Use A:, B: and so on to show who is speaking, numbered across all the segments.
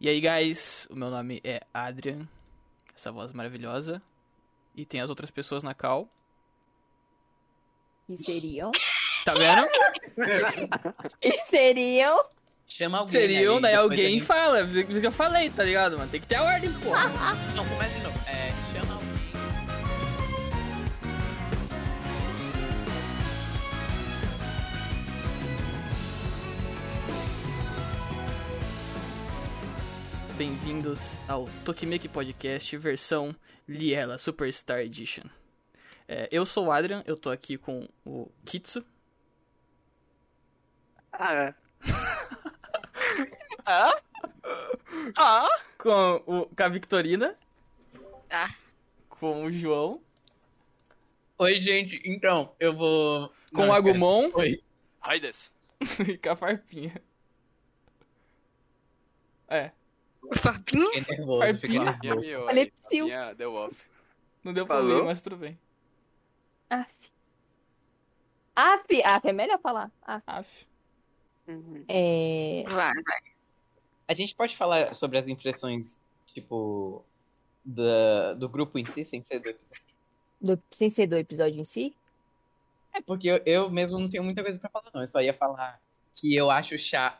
A: E aí, guys, o meu nome é Adrian, essa voz maravilhosa. E tem as outras pessoas na cal.
B: Que seriam?
A: Tá vendo?
B: Que seriam?
C: Chama alguém.
A: Seriam,
C: ali,
A: um, daí
C: depois
A: alguém fala. Por isso que eu falei, tá ligado, mano? Tem que ter a ordem, pô.
C: Não, começa de novo. É, chama alguém.
A: Bem-vindos ao Tokimeki Podcast, versão Liela Superstar Edition. É, eu sou o Adrian, eu tô aqui com o Kitsu.
D: Ah. ah? Ah?
A: com, o, com a Victorina.
E: Tá.
A: Com o João.
C: Oi, gente. Então, eu vou.
A: Com
C: Não,
A: o
C: esquece.
A: Agumon
C: Oi.
D: Raidas.
A: e com a Farpinha. É,
E: Papinho?
C: Fiquei nervoso, fiquei
A: Farpinha.
D: Minha
C: nervoso.
D: miou.
B: Falei
D: aí.
B: pro Sil.
D: Minha deu off.
A: não deu pra
D: Falou?
A: ver, mas tudo bem.
B: Af. Af, af, é melhor falar. Af.
A: Aff.
B: É...
E: Vai, vai.
C: A gente pode falar sobre as impressões, tipo, da, do grupo em si, sem ser do episódio?
B: do- sem ser do episódio em si?
C: É, porque eu, eu mesmo não tenho muita coisa pra falar, não. Eu só ia falar que eu acho chato.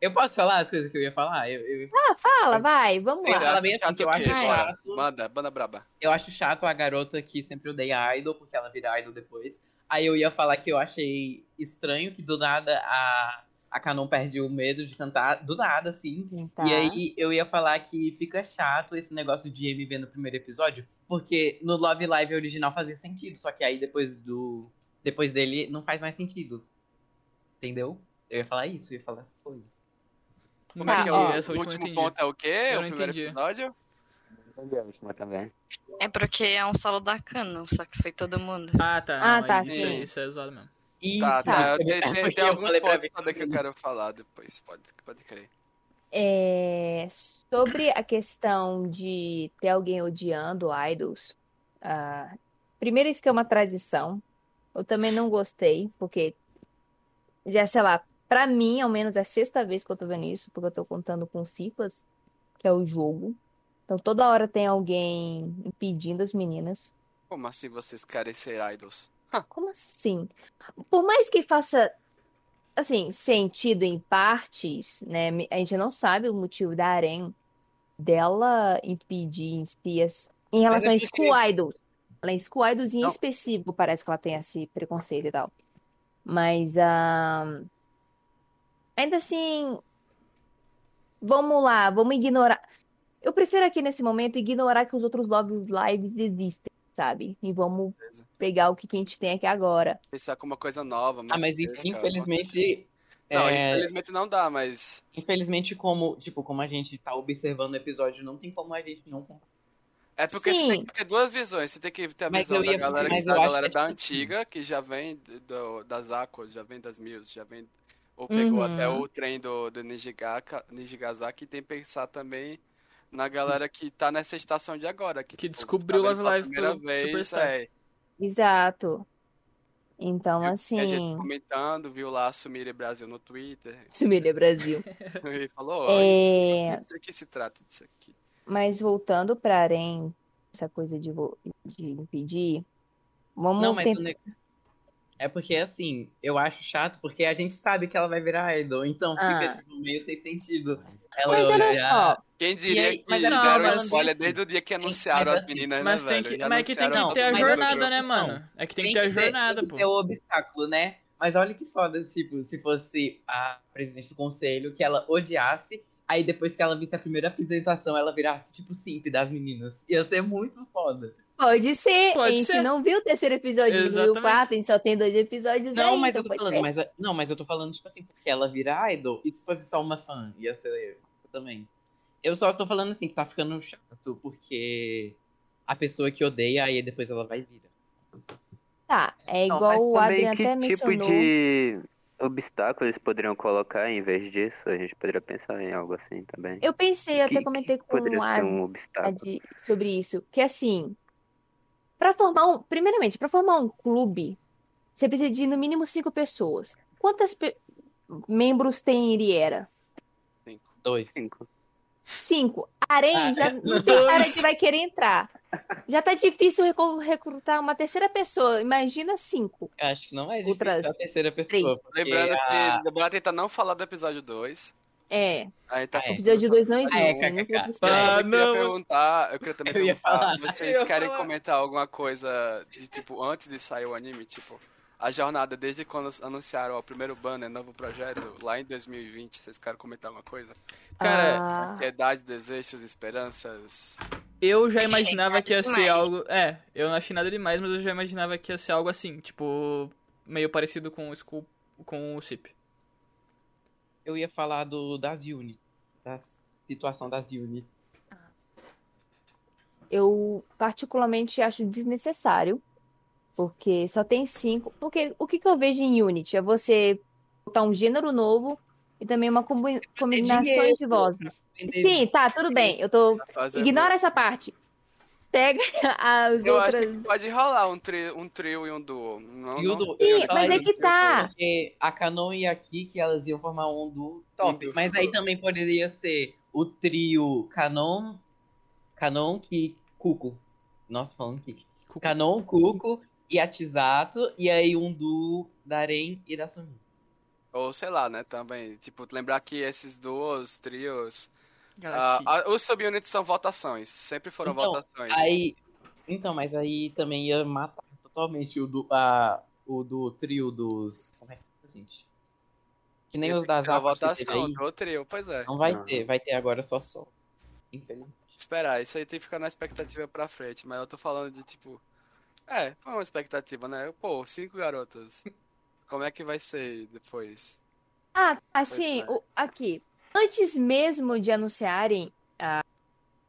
C: Eu posso falar as coisas que eu ia falar? Eu, eu,
B: Ah, fala, vai, vamos
C: eu
D: Exato,
B: lá.
C: falo bem assim,
D: chato
C: que eu
D: o
C: acho
D: quê? Bora.
C: chato.
D: Manda, banda braba.
C: eu acho chato a garota que sempre odeia idol, porque ela vira idol depois. Aí eu ia falar que eu achei estranho que do nada a, a Canon perde o medo de cantar, do nada, assim.
B: Tá.
C: E aí eu ia falar que fica chato esse negócio de MV no primeiro episódio, porque no Love Live original fazia sentido, só que aí depois do. Depois dele não faz mais sentido. Entendeu? Eu ia falar isso, eu ia falar essas coisas.
A: Como
B: Tá.
A: é que é
B: Ó,
A: essa última?
D: o
A: eu
D: último
A: entendi.
D: ponto é o quê?
A: Eu
D: o
A: não
D: primeiro
A: entendi.
D: episódio?
E: É porque é um solo da cana, só que foi todo mundo.
A: Ah, tá.
B: Ah,
A: não,
B: tá,
A: Isso,
D: sim.
A: isso é zoado mesmo.
C: Isso,
D: Tá, tá. Tem, tem-
C: porque
D: tem
C: eu
D: alguns
C: falei pra
D: pontos
C: ver.
D: também que eu quero falar depois. Pode, pode crer.
B: É, sobre a questão de ter alguém odiando idols, ah, primeiro isso que é uma tradição, eu também não gostei, porque já sei lá, pra mim, ao menos é a sexta vez que eu tô vendo isso, porque eu tô contando com Cifas, que é o jogo. Então toda hora tem alguém impedindo as meninas.
D: Como assim vocês querem ser idols?
B: Como assim? Por mais que faça, assim, sentido em partes, né? me- A gente não sabe o motivo da Arém dela impedir em si as- em relação a
C: Mas é porque-
B: School Idols. Ela é School Idols e em
C: Não.
B: específico parece que ela tem esse preconceito e tal. Mas, ahn, ainda assim, vamos lá, vamos ignorar. Eu prefiro aqui nesse momento ignorar que os outros Love Lives existem, sabe? E vamos pegar o que que a gente tem aqui agora.
D: Pensar com uma coisa nova, mais
C: Ah, mas
D: fresca,
C: infelizmente.
D: uma- Não,
C: é,
D: infelizmente não dá, mas.
C: Infelizmente, como, tipo, como a gente tá observando o episódio, não tem como a gente não comprar.
D: É porque
B: Sim.
D: você tem que ter duas visões. Você tem que ter a
C: Mas
D: visão
C: eu
D: da
C: ia-
D: galera,
C: mas
D: da,
C: eu acho
D: galera
C: que é
D: da
C: tipo assim.
D: antiga, que já vem do- das Aquas, já vem das Mills, já vem. Ou pegou
B: Uhum.
D: até o trem do, do Nijigaka, Nijigasaki. E tem que pensar também na galera que tá nessa estação de agora. Que,
A: Que
D: tipo,
A: descobriu
D: tá
A: Love
D: vendo pela
A: Live
D: primeira
A: pelo
D: vez,
A: Superstar.
D: É,
B: Exato. Então,
D: E a é gente
B: assim,
D: comentando, viu lá a Sumire Brasil no Twitter.
B: Sumilha Brasil.
D: e falou: olha,
B: É,
D: isso aqui se trata disso aqui.
B: mas voltando pra Arém, essa coisa de, vo- de impedir, vamos
C: Não, mas
B: tentar-
C: o ne- É porque, assim, eu acho chato, porque a gente sabe que ela vai virar idol, então
B: Ah.
C: fica, tipo, meio sem sentido. Ela
B: Mas olha
C: olhar-
B: só,
D: Quem diria
C: aí-
D: que
C: mas
A: não,
D: deram
A: mas-
D: spoiler desde o dia que anunciaram
C: mas
D: as
C: assim-
D: meninas,
A: Mas
D: né,
A: tem
D: velho?
A: que,
D: Já
A: mas é que tem
D: anunciaram
A: que ter a
C: mas
D: todo
C: eu-
D: mundo.
A: jornada, né, mano? É que tem que ter a jornada,
C: tem
A: pô.
C: que ter o é um obstáculo, né? Mas olha que foda, tipo, se fosse a presidente do conselho, que ela odiasse, aí depois que ela visse a primeira apresentação, ela virasse, tipo, simp das meninas. Ia ser muito foda.
B: pode ser.
A: Pode
B: a gente
A: ser.
B: não viu o terceiro episódio, a gente viu o
A: Exatamente.
B: quarto, a gente só tem dois episódios
C: Não,
B: aí,
C: mas
B: então
C: eu tô
B: pode
C: falando,
B: ser.
C: mas a- não, mas eu tô falando, tipo assim, porque ela vira idol, e se fosse só uma fã, ia ser eu também. Eu só tô falando assim, que tá ficando chato, porque a pessoa que odeia, aí depois ela vai e vira.
B: Tá, é
F: Não,
B: igual
F: mas
B: o
F: também,
B: Adrian
F: que
B: até
F: tipo
B: mencionou.
F: de obstáculo eles poderiam colocar em vez disso? A gente poderia pensar em algo assim também.
B: Eu pensei, eu até
F: Que- que
B: comentei com
F: poderia
B: o
F: ser
B: Adrian.
F: um
C: Tá.
F: obstáculo.
B: de- sobre isso, que assim, para formar um, primeiramente, para formar um clube, você precisa de no mínimo cinco pessoas. Quantas pe- membros tem em Iriera?
D: Cinco.
C: Dois.
F: Cinco.
B: Cinco.
C: Ah,
B: Arém,
C: é.
B: já não tem cara que vai querer entrar. Já tá difícil recu- recrutar uma terceira pessoa. Imagina cinco.
C: Eu acho que não é difícil
B: Outras-
C: a terceira pessoa. porque
D: Lembrando
C: a-
D: que bora tentar não falar do episódio 2.
B: É,
D: Aí tá
C: Ah, é.
D: falando-
B: episódio 2 não
C: Ah, é,
B: existe. não
C: kkk.
B: existe.
A: Ah,
D: Eu
A: não.
D: queria perguntar, eu queria também
C: Eu ia
D: perguntar,
A: Eu
D: vocês
A: ia
D: querem
A: falar.
D: comentar alguma coisa de tipo antes de sair o anime, tipo, a jornada desde quando anunciaram ó, o primeiro banner, novo projeto, lá em 2020, vocês querem comentar alguma coisa?
A: Cara,
B: Ah,
D: Ansiedade, desejos, esperanças.
A: eu já
E: Achei
A: imaginava
E: nada
A: que ia ser
E: demais.
A: algo. É, eu não achei nada demais, mas eu já imaginava que ia ser algo assim, tipo, meio parecido com o Skull, com o Sip.
C: Eu ia falar do, das units. Da situação das units.
B: eu particularmente acho desnecessário, porque só tem cinco. Porque o que, que eu vejo em Unity? É você botar um gênero novo e também uma combi-
D: é
B: combinações de vozes. Sim, tá, tudo bem. Eu tô.
D: Fazer um-
B: Ignora essa parte. Pega as
D: é Eu acho
B: outras.
D: Pode rolar um, tri, um trio e um duo. Não,
C: E o
D: não
C: do-
D: sei.
C: eu
B: Sim,
C: ia falar
B: mas é
C: isso,
B: que tá.
C: Porque a Canon e a Kiki, elas iam formar um do
D: Um
C: top.
D: duo.
C: Mas aí também poderia ser o trio Canon, Canon, Kiki, Cuco. Nossa, falando Kiki. Canon, Cuco e a Tisato. E aí um do Daren e da Sumi.
D: Ou sei lá, né, também. Tipo, lembrar que esses duos, trios. ah,
A: Galaxy.
D: ah, os subunits são votações. Sempre foram
C: Então,
D: votações.
C: Aí. Então, mas aí também ia matar totalmente o do, a, o do trio dos. Como é que é, gente? Que nem os das
D: a
C: árvores que teve
D: votação
C: aí.
D: do trio, pois é.
C: Não vai
F: Não.
C: ter, vai ter agora só sol. Infelizmente.
D: Esperar, isso aí tem que ficar na expectativa pra frente, mas eu tô falando de tipo. É, foi uma expectativa, né? Pô, cinco garotas. Como é que vai ser depois?
B: Ah, assim,
D: é.
B: o- aqui. Antes mesmo de anunciarem a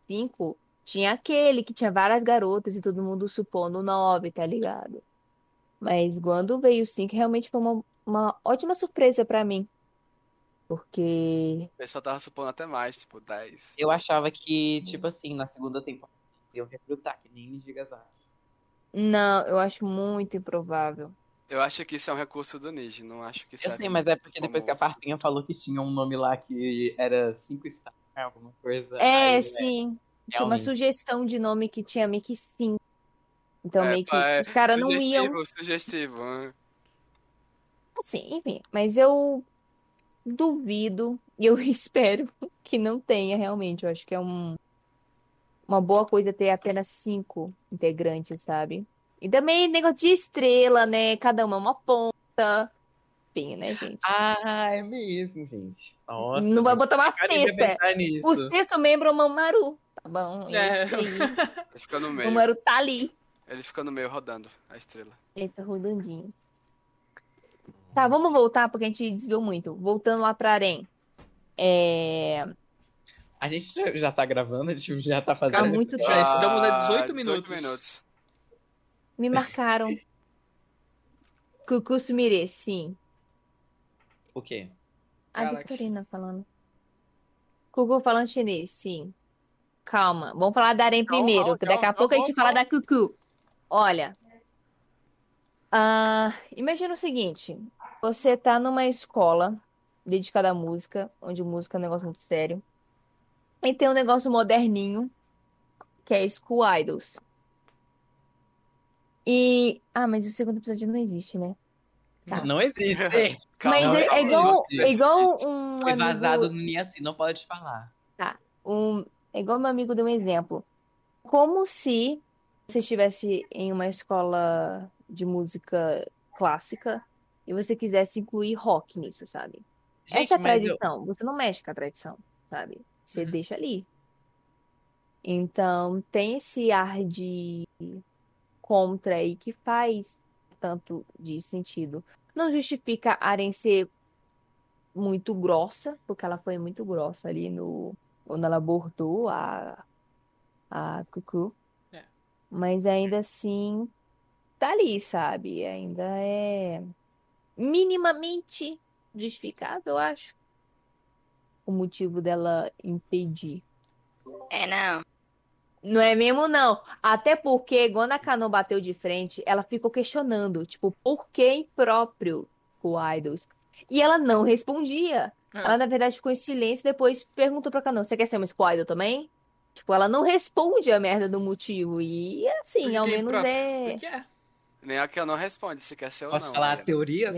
B: 5, tinha aquele que tinha várias garotas e todo mundo supondo 9, tá ligado? Mas quando veio o 5, realmente foi uma, uma ótima surpresa pra mim. Porque.
D: O pessoal tava supondo até mais, tipo, 10.
C: Eu achava que,
B: Hum.
C: tipo assim, na segunda temporada eles iam recrutar, que nem Gigasaki.
B: Não, eu acho muito improvável.
D: Eu acho que isso é um recurso do Niji, não acho que isso
C: Eu
D: é
C: sei, mas é porque
D: como-
C: depois que a Fartinha falou que tinha um nome lá que era cinco stars, alguma coisa.
B: É,
D: né,
C: aí, né,
B: sim. Tinha uma
C: realmente.
B: sugestão de nome que tinha meio que 5. Então,
D: É,
B: meio que
D: pá, é
B: os caras não iam.
D: Sugestivo, sugestivo. né? hã?
B: Assim, enfim, mas eu duvido e eu espero que não tenha realmente. Eu acho que é um, uma boa coisa ter apenas cinco integrantes, sabe? E também negócio de estrela, né? Cada uma é uma ponta. Enfim, né, gente?
C: Ah, é mesmo, gente. Nossa.
B: Não vai botar uma
C: cara ia
B: sexta.
C: pensar
B: O
C: nisso.
B: sexto membro é o Mamaru. Tá bom,
A: É.
B: é isso aí.
D: Ele fica no
B: O
D: meio.
B: Mamaru tá ali.
D: Ele fica no meio rodando a estrela.
B: Ele tá rodandinho. Tá, vamos voltar, porque a gente desviou muito. Voltando lá pra Arém. É...
C: A gente já- já tá gravando, a gente já tá
B: Há
C: fazendo.
B: muito
A: Já
B: tempo.
A: estamos a 18 minutos.
D: Ah, minutos.
B: Me marcaram. Cucu Sumire, sim.
C: O quê?
B: A
A: Galaxy.
B: Vitorina falando. Cucu falando chinês, sim. Calma, vamos falar da Arém
D: Calma,
B: primeiro,
D: calma,
B: que daqui a
D: calma,
B: pouco a
D: calma,
B: gente fala da Cucu. Olha. ah, imagina o seguinte: você tá numa escola dedicada à música, onde música é um negócio muito sério. E tem um negócio moderninho, que é School Idols. E. Ah, mas o segundo episódio não existe, né? Tá.
C: Não existe.
D: Calma,
B: Mas é, é
D: calma.
B: igual,
C: Sim.
B: é igual um
C: Foi
B: amigo-
C: vazado no Niassi, não pode falar.
B: um- é igual meu amigo deu um exemplo. Como se você estivesse em uma escola de música clássica e você quisesse incluir rock nisso, sabe? Essa é a
C: mas eu-
B: tradição, você não mexe com a tradição, sabe? Você
A: Uhum.
B: deixa ali. Então, tem esse ar de contra aí que faz tanto de sentido. Não justifica a Aren ser muito grossa, porque ela foi muito grossa ali no quando ela abordou a a Cucu.
A: É.
B: Mas ainda assim tá ali, sabe? Ainda é minimamente justificável, eu acho. O motivo dela impedir.
E: É, não.
B: Não é mesmo, não. Até porque, quando a Kanon bateu de frente, ela ficou questionando, tipo, por que impróprio o Idols? E ela não respondia. Ela, na verdade, ficou em silêncio e depois perguntou pra Canon, você quer ser uma Squidle também? Tipo, ela não responde a merda do motivo. E assim,
A: Porque
B: ao menos
A: pra-
B: é.
A: Porque é.
D: Nem a que eu não responde se quer ser ou
C: Posso
D: não.
C: falar
D: né?
C: teorias?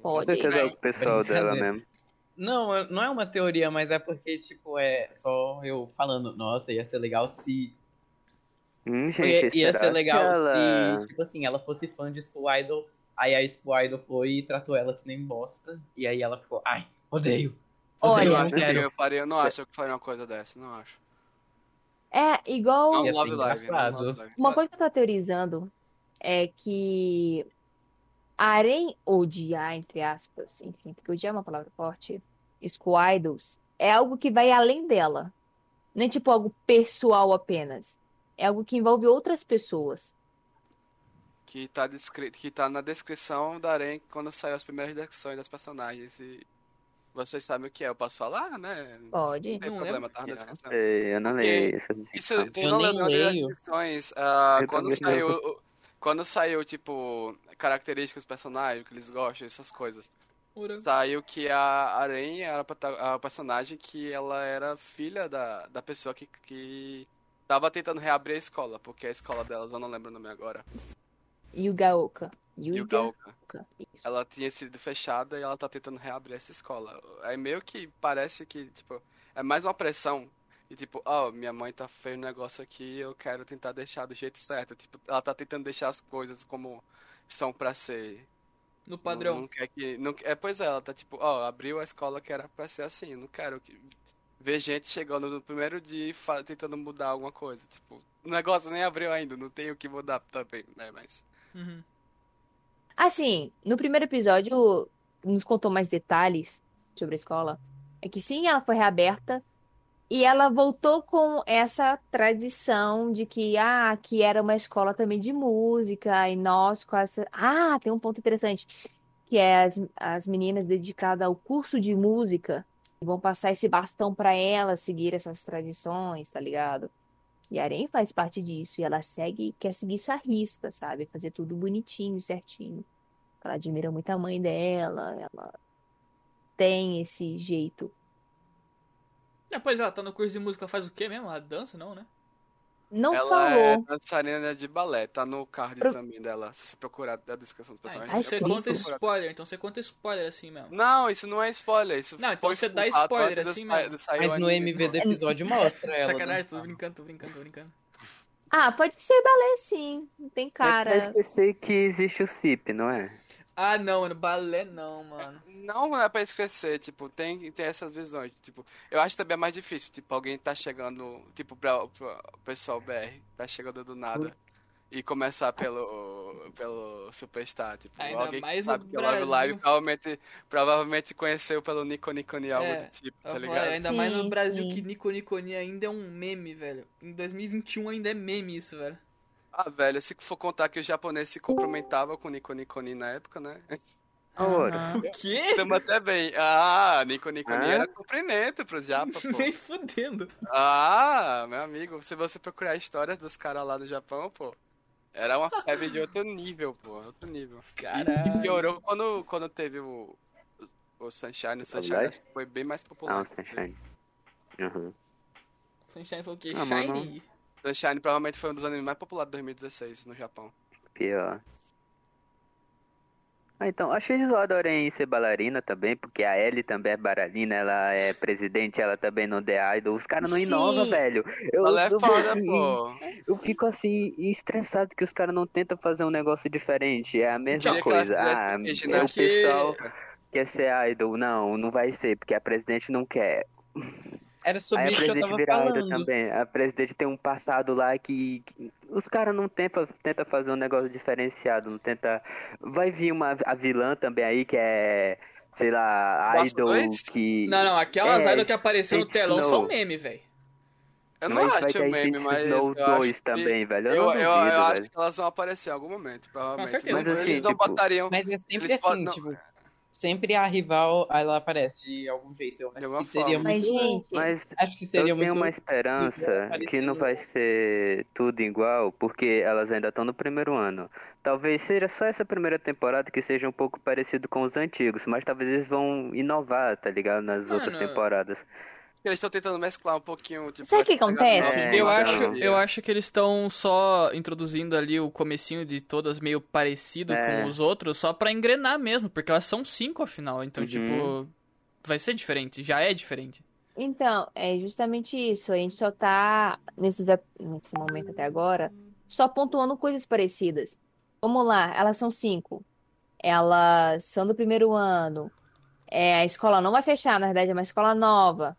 F: Com
B: Pode.
F: certeza é o pessoal dela
C: Brincadeira.
F: mesmo.
C: Não, eu- não é uma teoria, mas é porque, tipo, é só eu falando, nossa, ia ser legal se.
F: Hum,
C: ia,
F: gente,
C: ia
F: será
C: ser legal
F: que ela...
C: se, tipo assim, ela fosse fã de School Idol, aí a School Idol foi e tratou ela que nem bosta, e aí ela ficou, ai, odeio.
B: Olha.
D: Eu,
C: odeio,
D: acho
A: é,
D: que
C: quero.
D: eu faria, não acho que eu faria uma coisa dessa, não acho.
B: É, igual.
D: Não,
C: Ia ser
D: Love Live. não,
C: assim, engraçado.
D: Love Live.
B: Uma coisa que eu tô teorizando é que Arém odiar, entre aspas, enfim, porque odiar é uma palavra forte, Squidos, é algo que vai além dela. Não é tipo algo pessoal apenas. É algo que envolve outras pessoas.
D: Que tá, descri... que tá na descrição da Arém quando saiu as primeiras descrições das personagens. E vocês sabem o que é, eu posso falar, né? Não
B: Pode.
D: tem
A: Não
D: problema,
A: lembro
D: tá
A: o que é.
D: na descrição.
F: Ei, eu não leio essas
D: Isso,
F: descrições.
D: tem
C: Ah, Eu
D: não
C: nem
D: lembro das
C: leio.
D: descrições. ah,
F: Eu
D: quando
F: também
D: saiu.
C: um
F: não.
D: o- Quando saiu, tipo, características dos personagens, que eles gostam, essas coisas.
A: Ura.
D: Saiu que a Aren era a prota- a personagem que ela era filha da, da pessoa que, que tava tentando reabrir a escola, porque a escola delas, eu não lembro o nome agora.
B: Yugaoka.
C: Uhum.
D: E o
B: Yugaoka.
D: Gaoka.
B: Isso.
D: Ela tinha sido fechada e ela tá tentando reabrir essa escola. É meio que parece que, tipo, é mais uma pressão. E tipo, ó, minha mãe tá fez um negócio aqui, eu quero tentar deixar do jeito certo. Tipo, ela tá tentando deixar as coisas como são pra ser.
A: No
D: Não,
A: padrão.
D: não quer que. Não, é, pois é, ela tá tipo, ó, abriu a escola que era pra ser assim, não quero que. Ver gente chegando no primeiro dia e fa- tentando mudar alguma coisa. Tipo, o negócio nem abriu ainda, não tem o que mudar também, né? Mas.
A: Uhum.
B: Assim, no primeiro episódio, nos contou mais detalhes sobre a escola. É que sim, ela foi reaberta e ela voltou com essa tradição de que, ah, que era uma escola também de música e nós com essa. Ah, tem um ponto interessante, que é as, as meninas dedicadas ao curso de música que vão passar esse bastão pra elas seguir essas tradições, tá ligado? E a Arém faz parte disso, e ela segue, quer seguir isso à risca, sabe? Fazer tudo bonitinho, certinho. Ela admira muito a mãe dela, ela tem esse jeito.
A: É, pois ela tá no curso de música, ela faz o quê mesmo? Ela dança, não, né?
B: Não
D: ela é
B: falou.
D: dançarina de balé, tá no card
B: Pro-
D: também dela. Se você procurar da descrição do
A: Ah,
D: personagem.
A: então
B: Ai,
A: você
D: eu posso
A: conta
D: procurar.
A: spoiler, então você conta spoiler assim mesmo.
D: Não, isso não é spoiler. Isso
A: Não, então
D: foi
A: você dá
D: expulsado
A: spoiler,
D: antes
A: assim
D: do sa-
A: mesmo.
D: do sair o
C: Mas no
D: anime.
C: MV do episódio mostra ela.
A: é Sacanagem, tô
C: dançando.
A: brincando, tô brincando, tô brincando.
B: Ah, pode ser balé sim. Não
D: É
B: Tem cara.
F: Mas eu sei que existe o CIP, não é?
A: Ah, não, mano, balé não, mano.
D: Não é pra esquecer, tipo, tem, tem essas visões. Tipo, eu acho também é mais difícil, tipo, alguém tá chegando, tipo, pra, pra o pessoal BR, tá chegando do nada. E começar pelo, pelo Superstar, tipo,
A: Ainda
D: alguém que
A: mais no
D: sabe que eu love
A: Brasil.
D: live provavelmente, provavelmente conheceu pelo Nico Nico Ni, algo
A: É,
D: do tipo,
A: Eu
D: tá
A: falei,
D: ligado?
A: ainda mais no
B: Sim,
A: Brasil
B: sim.
A: que Nico Niconi ainda é um meme, velho. Em 2021 ainda é meme isso, velho.
D: Ah, velho, se for contar que o japonês se cumprimentava com Nico Nico Ni na época, né?
F: Ora,
A: O quê?
D: Estamos até bem. Ah, Nico Nico Ni
F: Hã?
D: era cumprimento pro japa, pô.
A: Nem fudendo.
D: Ah, meu amigo, se você procurar histórias dos caras lá do Japão, pô, era uma febre de outro nível, pô, outro nível. E, e
A: Caralho.
D: piorou quando, quando teve o, o Sunshine, o Sunshine
F: Live?
D: acho que foi bem mais
F: Ah,
D: popular.
F: o Sunshine. Uhum.
A: Sunshine foi o quê?
F: Ah, mano.
A: Shiny?
D: Sunshine provavelmente foi um dos animes mais populares de 2016 no Japão.
F: Pior. Ah, então, achei zoado a Oren ser bailarina também, porque a Ellie também é bailarina, ela é presidente, ela também não The Idol. Os caras não
B: Sim.
F: inovam, velho. Eu,
D: Ela é
F: eu-
D: foda, pô.
F: eu fico assim, estressado que os caras não tentam fazer um negócio diferente. É a mesma
D: Queria que ela
F: coisa.
D: fizesse
F: Ah,
D: original
F: é o
D: né, que-
F: pessoal quer ser idol. Não, não vai ser, porque a presidente não quer.
C: Era sobre
F: Aí a
C: isso que eu
F: presidente
C: tava
F: vira idol
C: falando.
F: também. A presidente tem um passado lá que, que- os caras não tenta, tenta fazer um negócio diferenciado, não tenta. Vai vir uma a vilã também aí que é, sei lá,
D: Gosto
F: idol
D: dois?
F: que
A: Não, não, aquelas
F: É,
A: idol que apareceu no
F: Saint
A: telão são
F: Snow.
A: meme, velho.
D: Eu não
F: vai
D: acho
F: ter
D: o
F: aí
D: meme,
F: Saints
D: mas
F: Snow
D: eu acho
F: 2
D: que-
F: também, velho.
D: Eu,
F: Eu,
D: eu,
F: não duvido,
D: eu acho
F: velho.
D: que elas vão aparecer em algum momento, provavelmente.
A: certeza.
D: Mas
F: Mas
D: eles
F: assim,
D: não
F: tipo-
D: botariam
C: Mas é sempre
D: Eles
C: assim,
D: podem-
C: tipo, Sempre a rival ela aparece de algum jeito. Eu acho
D: alguma
C: que seria
D: forma.
B: Mas,
C: muito.
B: gente,
F: Mas
C: Acho que seria
F: eu
C: muito.
F: tenho uma esperança
C: muito
F: que não
C: parecido.
F: vai ser tudo igual, porque elas ainda estão no primeiro ano. Talvez seja só essa primeira temporada que seja um pouco parecido com os antigos, mas talvez eles vão inovar, tá ligado? Nas
A: Mano,
F: outras temporadas.
D: Eles estão tentando mesclar um pouquinho, tipo...
B: Sabe o que
D: esse negócio
B: acontece?
D: de
F: É,
A: Eu
F: então-
A: acho, eu
D: acho
A: acho que eles estão só introduzindo ali o comecinho de todas meio parecido
F: É.
A: com os outros, só pra engrenar mesmo, porque elas são cinco afinal, então
F: Uhum.
A: tipo vai ser diferente, já é diferente.
B: Então, é justamente isso. A gente só tá, nesses, a- nesse momento até agora, só pontuando coisas parecidas. Vamos lá, elas são cinco. Elas são do primeiro ano. É, a escola não vai fechar, na verdade, é uma escola nova.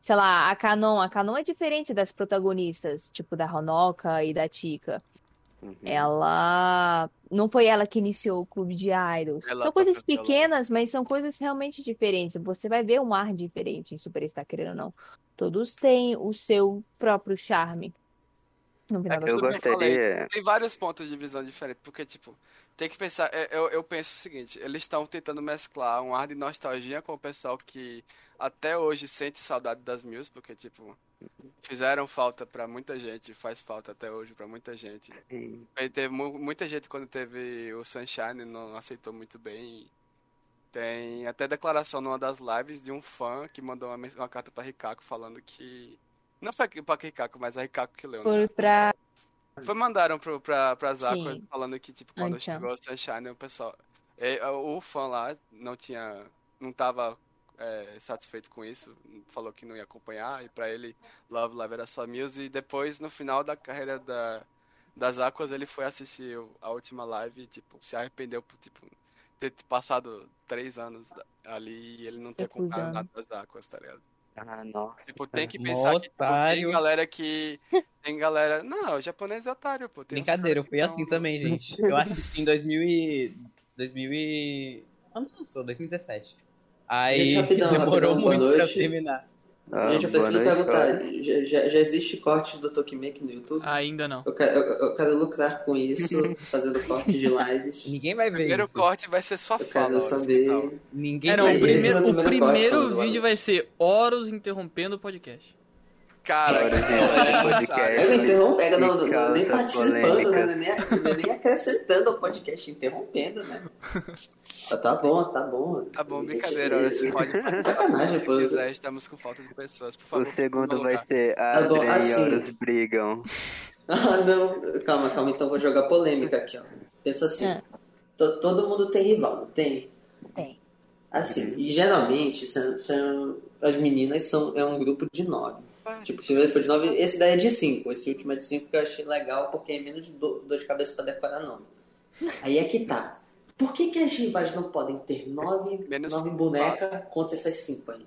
B: Sei lá, a Canon. A Canon é diferente das protagonistas, tipo da Honoka e da Tika.
F: Uhum.
B: é Ela. Não foi ela que iniciou o clube de idols.
D: Ela
B: são
D: tá
B: coisas
D: fazendo-
B: pequenas, mas são coisas realmente diferentes. Você vai ver um ar diferente em Superstar, querendo ou não. Todos têm o seu próprio charme. No final das
F: Eu
D: Tudo É que
B: contas.
F: gostaria-
D: falei, tipo, tem vários pontos de visão diferentes, porque, tipo, tem que pensar. é, Eu, eu penso o seguinte: eles estão tentando mesclar um ar de nostalgia com o pessoal que até hoje sente saudade das Mills, porque, tipo, fizeram falta pra muita gente, faz falta até hoje pra muita gente.
F: Sim.
D: Aí teve mu- muita gente quando teve o Sunshine não aceitou muito bem. Tem até declaração numa das lives de um fã que mandou uma, mens- uma carta pra Ricaco falando que. Não foi pra Ricaco, mas a Ricaco que leu, né?
B: Foi pra.
D: Foi mandaram pro, pra, pras
B: Sim. Então.
D: Aquas falando que, tipo, quando
B: Ancha.
D: chegou o Sunshine, o pessoal. é, o fã lá não tinha. não tava é, satisfeito com isso. Falou que não ia acompanhar. E pra ele, Love Live era só Muse. E depois, no final da carreira da, das Aquas, ele foi assistir o- a última live e, tipo, se arrependeu por, tipo, ter passado três anos ali e ele não ter
B: Recusando.
D: acompanhado nada das Aquas, tá ligado?
F: Ah, nossa.
D: Tipo, tem que
C: Mó
D: pensar que tipo, tem
C: É, otário.
D: galera que. Tem galera. Não, o japonês é otário, pô. Tem uns
C: Brincadeira, eu
D: caras
C: fui
D: que
C: assim
D: são-
C: também, gente. Eu assisti em 2000 e... 2000 e... Quando lançou? 2017. Aí
G: Gente, rapidão,
C: demorou
G: rapidão, boa
C: muito pra
G: noite.
C: terminar.
F: Ah,
G: Gente, eu
F: boa
G: preciso
F: noite,
G: perguntar,
F: Jorge.
G: já, já- já existe corte do Tokimeki no YouTube?
A: Ainda não.
G: Eu, quero, eu- eu quero lucrar com isso, fazendo corte de lives.
C: Ninguém vai
D: O
C: ver
D: primeiro
C: isso.
D: corte vai ser sua
G: Eu
D: fala.
G: quero
D: ó,
G: saber.
D: no final.
C: Ninguém
A: É, não,
C: vai
A: o
G: Esse
C: ver isso.
A: primeiro,
G: é o
A: o
G: primeiro
A: primeiro
G: corte, mano.
A: vídeo vai ser Horus interrompendo o podcast.
D: Cara,
F: Olha,
D: que
F: gente,
D: otário,
F: podcast.
D: sabe?
G: Ela interrompe, ela não, não, não, nem
F: Causa
G: participando, né?
F: polêmicas.
G: nem, nem acrescentando ao podcast, interrompendo, né? Ah, Tá bom, tá bom.
D: Tá bom, brincadeira. olha, Você pode
G: Sacanagem, pô.
D: se quiser, né, estamos com falta de pessoas. Por favor,
F: O segundo
D: vamos
F: vai
D: lá.
F: ser
G: Tá bom,
F: Adrien e
G: assim.
F: Horus brigam.
G: Ah, não. Calma, calma. Então eu vou jogar polêmica aqui, ó. Pensa assim.
B: Ah.
G: to- Todo mundo tem rival, não tem?
B: Tem.
G: Assim, e geralmente são, são- as meninas são, é um grupo de nove.
D: Vai.
G: Tipo, o primeiro foi de nove, esse daí é de cinco. Esse último é de cinco que eu achei legal porque é menos do, dor de cabeça pra decorar nome. Aí é que tá. Por que, que as rivais não podem ter nove,
D: Menos
G: nove bonecas contra essas cinco aí?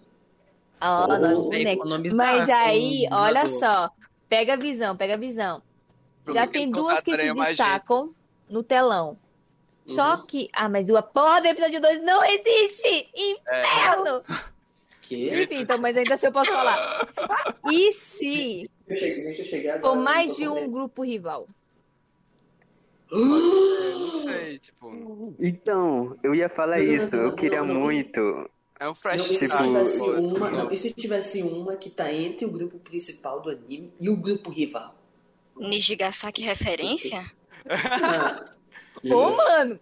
B: Ah,
G: Ou-
B: não,
G: ou-
B: né?
C: economizar
B: Mas
C: tá com
B: aí,
C: o
B: olha
C: jogador.
B: só. Pega a visão, pega a visão. Já
D: Porque
B: tem
D: ele
B: duas que se
D: contrataria mais gente.
B: destacam no telão. Só
G: Uhum.
B: que. Ah, mas a porra do episódio 2 não existe!
D: é,
B: Inferno!
G: Que?
B: Enfim, então, mas ainda assim eu posso falar. E se
G: Eu cheguei, gente, eu cheguei agora.
B: for mais de
G: eu não tô
B: um grupo rival?
D: Eu não sei, tipo.
F: Então, eu ia falar
G: Não, não,
F: isso.
G: não,
F: Eu
G: não,
F: queria
G: não, não.
F: muito.
D: É um
G: Não,
D: fresh
G: e se
F: Tipo,
D: start,
G: tivesse
D: pô,
G: uma,
D: não.
G: não, e se tivesse uma que tá entre o grupo principal do anime e o grupo rival?
E: Nijigasaki referência?
G: Ah,
B: Ô, mano!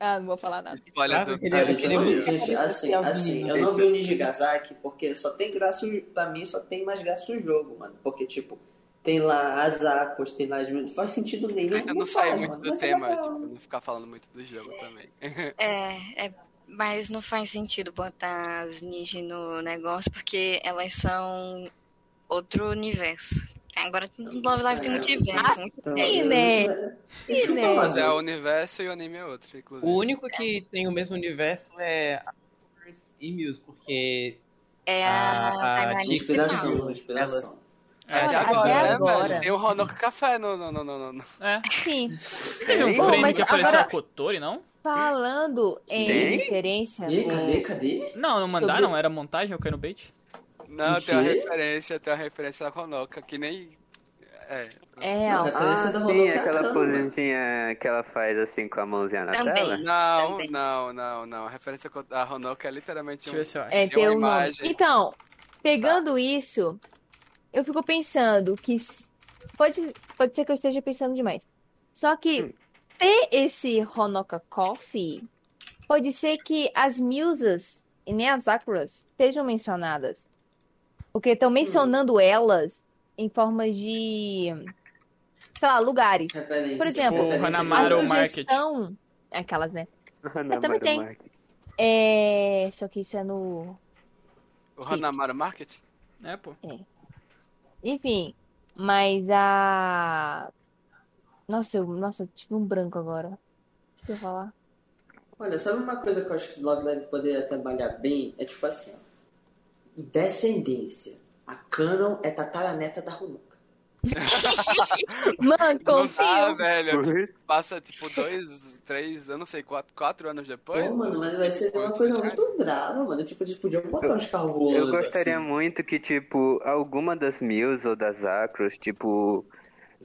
B: Ah, não vou falar nada.
D: Olha,
C: Sabe, é
D: do-
C: aquele-
G: ah, gente, eu não
D: tipo,
G: vi,
C: aquele-
G: gente, assim, assim, eu não vi o Nijigasaki porque só tem graça, o- pra mim só tem mais graça o jogo, mano. Porque, tipo, tem lá as Aquas, tem lá as. Não faz sentido nenhum.
D: Ainda não
G: não
D: sai
G: faz,
D: muito
G: mano,
D: do
G: mas é
D: tema,
G: legal.
D: tipo, não ficar falando muito do jogo também.
E: É, é, mas não faz sentido botar as ninjas no negócio, porque elas são outro universo. Agora no Love Live tem multiverso, muito
G: Então,
E: bem.
G: eu-
B: né?
G: Isso
B: né?
G: não,
D: Mas é
G: mano.
D: o universo e o anime é outro, inclusive.
C: O único que tem o mesmo universo é Actors e Muse, porque
E: É
C: Ah,
E: a timeline
C: inspiração.
E: original.
G: Inspiração, inspiração.
D: É,
C: tipo,
B: Olha,
D: até
B: até
D: agora, né,
B: agora.
D: velho? Tem o Ronoco Café no. no, no, no, no.
A: É.
B: Sim.
A: Teve um
B: Bom,
A: frame
B: mas
A: que apareceu a
B: agora-
A: Kotori, não?
B: Falando em
F: Tem?
B: referência.
G: Ih, cadê,
B: É,
G: cadê?
A: Não, não mandaram,
B: Sobre-
A: era montagem, eu caí no bait.
D: Não,
G: Não
D: tem uma
G: sei.
D: referência, tem uma referência da Ronoca, que nem. É.
B: É real.
G: Referência
F: Ah,
G: do
F: sim,
G: Rodolfo é
F: aquela
G: Arcano,
F: posezinha que ela faz assim com a mãozinha na
E: Também.
F: tela.
D: Não,
E: Também.
D: não, não, não. A referência co- da Honoka é literalmente um...
A: Deixa eu ver se eu acho.
B: É,
D: Tem uma
B: ter um nome.
D: imagem.
B: Então, pegando isso, eu fico pensando que. s- Pode, pode ser que eu esteja pensando demais. Só que ter esse Honoka Coffee pode ser que as musas e nem as Akuras sejam mencionadas. Porque estão mencionando elas em formas de. Sei lá, lugares.
G: Referência.
B: Por exemplo,
G: referência de-
A: Hanamaru. Amaro
B: a
A: Market.
B: sugestão. Aquelas, né?
F: Não, tipo,
B: também
F: Maru
B: tenho.
F: Market.
B: É. Só que isso é no.
D: um, O Hanamaru Market?
A: É, pô.
B: Enfim, mas a. Nossa, eu, nossa, eu tive um branco agora. Deixa eu falar.
G: Olha, sabe uma coisa que eu acho que o Love Live poderia trabalhar bem? É tipo assim, ó. Descendência. A Canon é tataraneta da Runuka.
F: tá
B: Mano,
D: Não dá,
B: confio!
D: velho.
F: Uhum.
D: Passa, tipo, dois, três, eu não sei, quatro, quatro anos depois.
G: Pô, mano, mas vai ser uma
D: Putz,
G: coisa
D: cara.
G: muito brava, mano. Tipo, eles podiam botar uns carros voando.
F: Eu gostaria
G: assim.
F: muito que, tipo, alguma das Mills ou das Acros, tipo,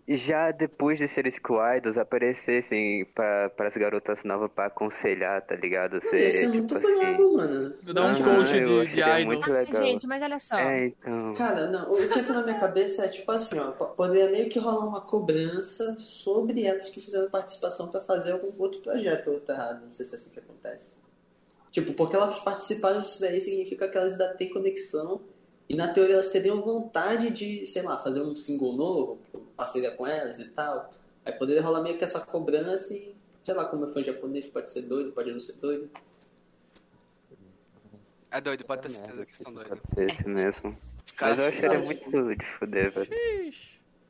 F: já depois de serem Squidos, aparecessem para as garotas novas pra aconselhar, tá ligado?
G: Mano,
F: Ser,
G: Isso é muito
F: tipo
G: brabo,
F: assim.
G: mano.
A: Vou dar um
F: Aham,
A: coach
F: eu
A: de, de
F: acharia
A: idol.
F: muito
B: Ah,
F: legal.
B: gente, mas olha só.
F: É, então.
G: Cara, não, o que entra na minha cabeça é tipo assim, ó, po- poderia meio que rolar uma cobrança sobre elas que fizeram participação pra fazer algum outro projeto ou tá errado, não sei se é assim que acontece. Tipo, porque elas participaram disso daí significa que elas ainda têm conexão e na teoria elas teriam vontade de, sei lá, fazer um single novo, parceria com elas e tal. Aí poderia rolar meio que essa cobrança e, sei lá, como é fã japonês, pode ser doido, pode não ser doido.
D: É doido, pode ter
F: Merda,
D: certeza que
F: se
D: são
F: isso
D: doidos.
F: Pode ser esse é mesmo.
D: Os
F: Mas eu
D: caras
F: acharia
G: não.
F: muito de fuder, velho.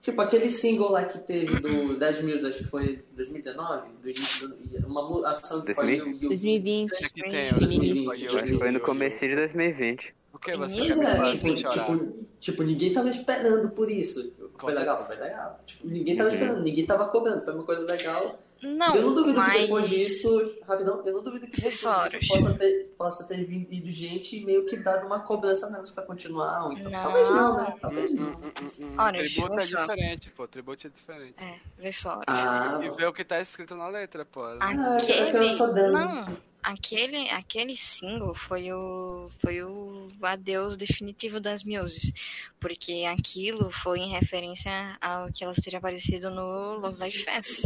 G: Tipo, aquele single lá que teve do 10 Mills, acho que foi 2019, 2019 uma mu- a ação que foi
F: 2020?
B: 2020.
D: acham é que tem,
E: Sim,
D: os
B: sim,
D: meninos
G: sim.
D: aí,
F: Eu acho que foi no
D: eu-
F: comecinho de 2020.
D: O que você
E: Pois
D: quer me
G: é,
D: fazer
G: tipo,
D: chorar?
G: tipo, tipo, ninguém tava esperando por isso. tipo, Foi
D: certeza.
G: legal, foi legal. Tipo, ninguém tava
F: Uhum.
G: esperando, ninguém tava cobrando, foi uma coisa legal.
E: Não,
G: eu não duvido
E: mas...
G: que depois disso, Rabinão, eu não duvido que depois
E: Soros.
G: disso possa ter, possa ter vindo gente e meio que dado uma cobrança nelas pra continuar. ou Então,
E: Não.
G: Talvez não, né? Talvez
D: Hum, hum,
G: não.
D: hum, hum, hum.
E: Olha,
D: tributo é
E: deixa eu só.
D: diferente, pô. Tributo é diferente.
E: É, vê só.
G: Ah,
D: E ver o que tá escrito na letra, pô.
E: Ah,
G: eu quero
E: Aquele.
G: só dano.
E: Não, aquele, aquele single foi o, foi o adeus definitivo das Muses. Porque aquilo foi em referência ao que elas teriam aparecido no Love Live Fest.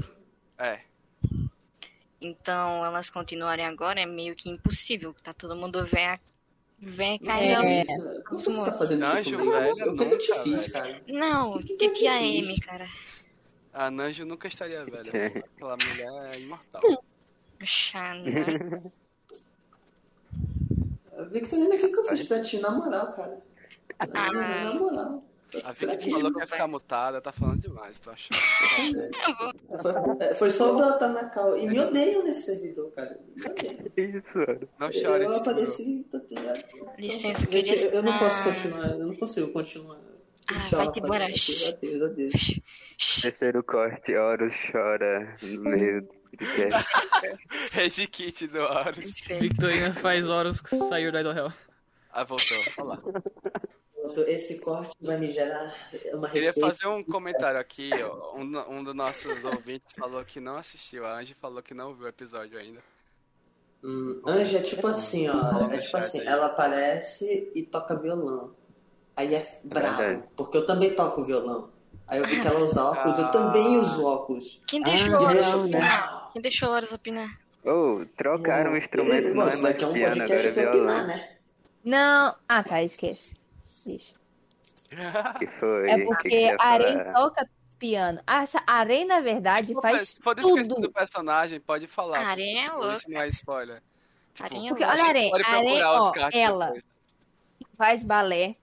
D: É.
E: Então, elas continuarem agora é meio que impossível. Tá todo mundo vê, a- vê
G: não
F: É.
E: caindo.
G: faz é isso. Como você
E: É.
G: tá fazendo isso
D: Anjo,
G: comigo?
D: velho,
G: eu que eu te
D: nunca,
G: fiz,
D: velho.
G: cara.
E: Não, tipo,
G: Que que
E: Titia
G: é isso?
E: M, cara.
D: A Nanjo nunca estaria velha.
F: É.
D: pô. Aquela mulher é imortal.
E: Xana.
G: Victorina, o que, que eu fiz pra ti? Na moral, cara. Na, na- na moral.
D: A Vicky falou que ia ficar mutada, tá falando demais, tô achando.
G: É, Foi, foi só botar na cal. E me odeiam nesse servidor, cara. Me odeiam.
F: Isso, mano.
D: Não
G: Eu,
D: chora,
G: eu
D: isso.
G: apareci. tô- tô-
E: Licença,
G: Gente,
E: queria
G: eu, eu não posso
E: estar-
G: continuar. Eu não consigo continuar.
E: Ah,
G: Tchau,
E: vai-te embora.
G: rapaziada. Adeus, adeus.
F: Terceiro corte, Horus chora no meio do podcast.
D: Regi Kit do Horus.
A: Victorina faz horas que saiu da Idol Hell.
D: Ah, voltou. Olha lá.
G: Esse corte vai me gerar uma
D: Queria
G: receita.
D: fazer um comentário aqui, ó. Um, do- um dos nossos ouvintes falou que não assistiu. A Angie falou que não viu o episódio ainda.
G: Hum, Anja é tipo assim, ó. É tipo assim, ela aparece e toca violão. Aí é brabo,
F: verdade.
G: porque eu também toco violão. Aí eu vi que ela usa óculos, eu também uso óculos.
E: Quem deixou
F: Ah,
E: horas
F: não,
E: opinar? Quem deixou horas opinar?
F: Ou, trocaram o instrumento, não é
G: Nossa,
F: mais
G: que é um
F: piano, agora
G: podcast
F: é
G: pra opinar,
F: violão.
G: né?
B: Não. Ah, tá, esquece. Deixa.
F: Que foi?
B: É
F: que que eu
B: porque
F: ia
B: a Arém
F: falar?
B: toca piano. Ah, essa Arém, na verdade, faz
D: Se for esquecido do
B: tudo.
D: personagem, pode falar.
E: A Arém é
D: Tipo,
E: louca.
D: Isso não é spoiler. Tipo,
E: Arém é
B: Porque, olha, Arém,
D: pode
B: Arém,
D: procurar os
B: ó,
D: cards
B: ela
D: depois.
B: faz balé.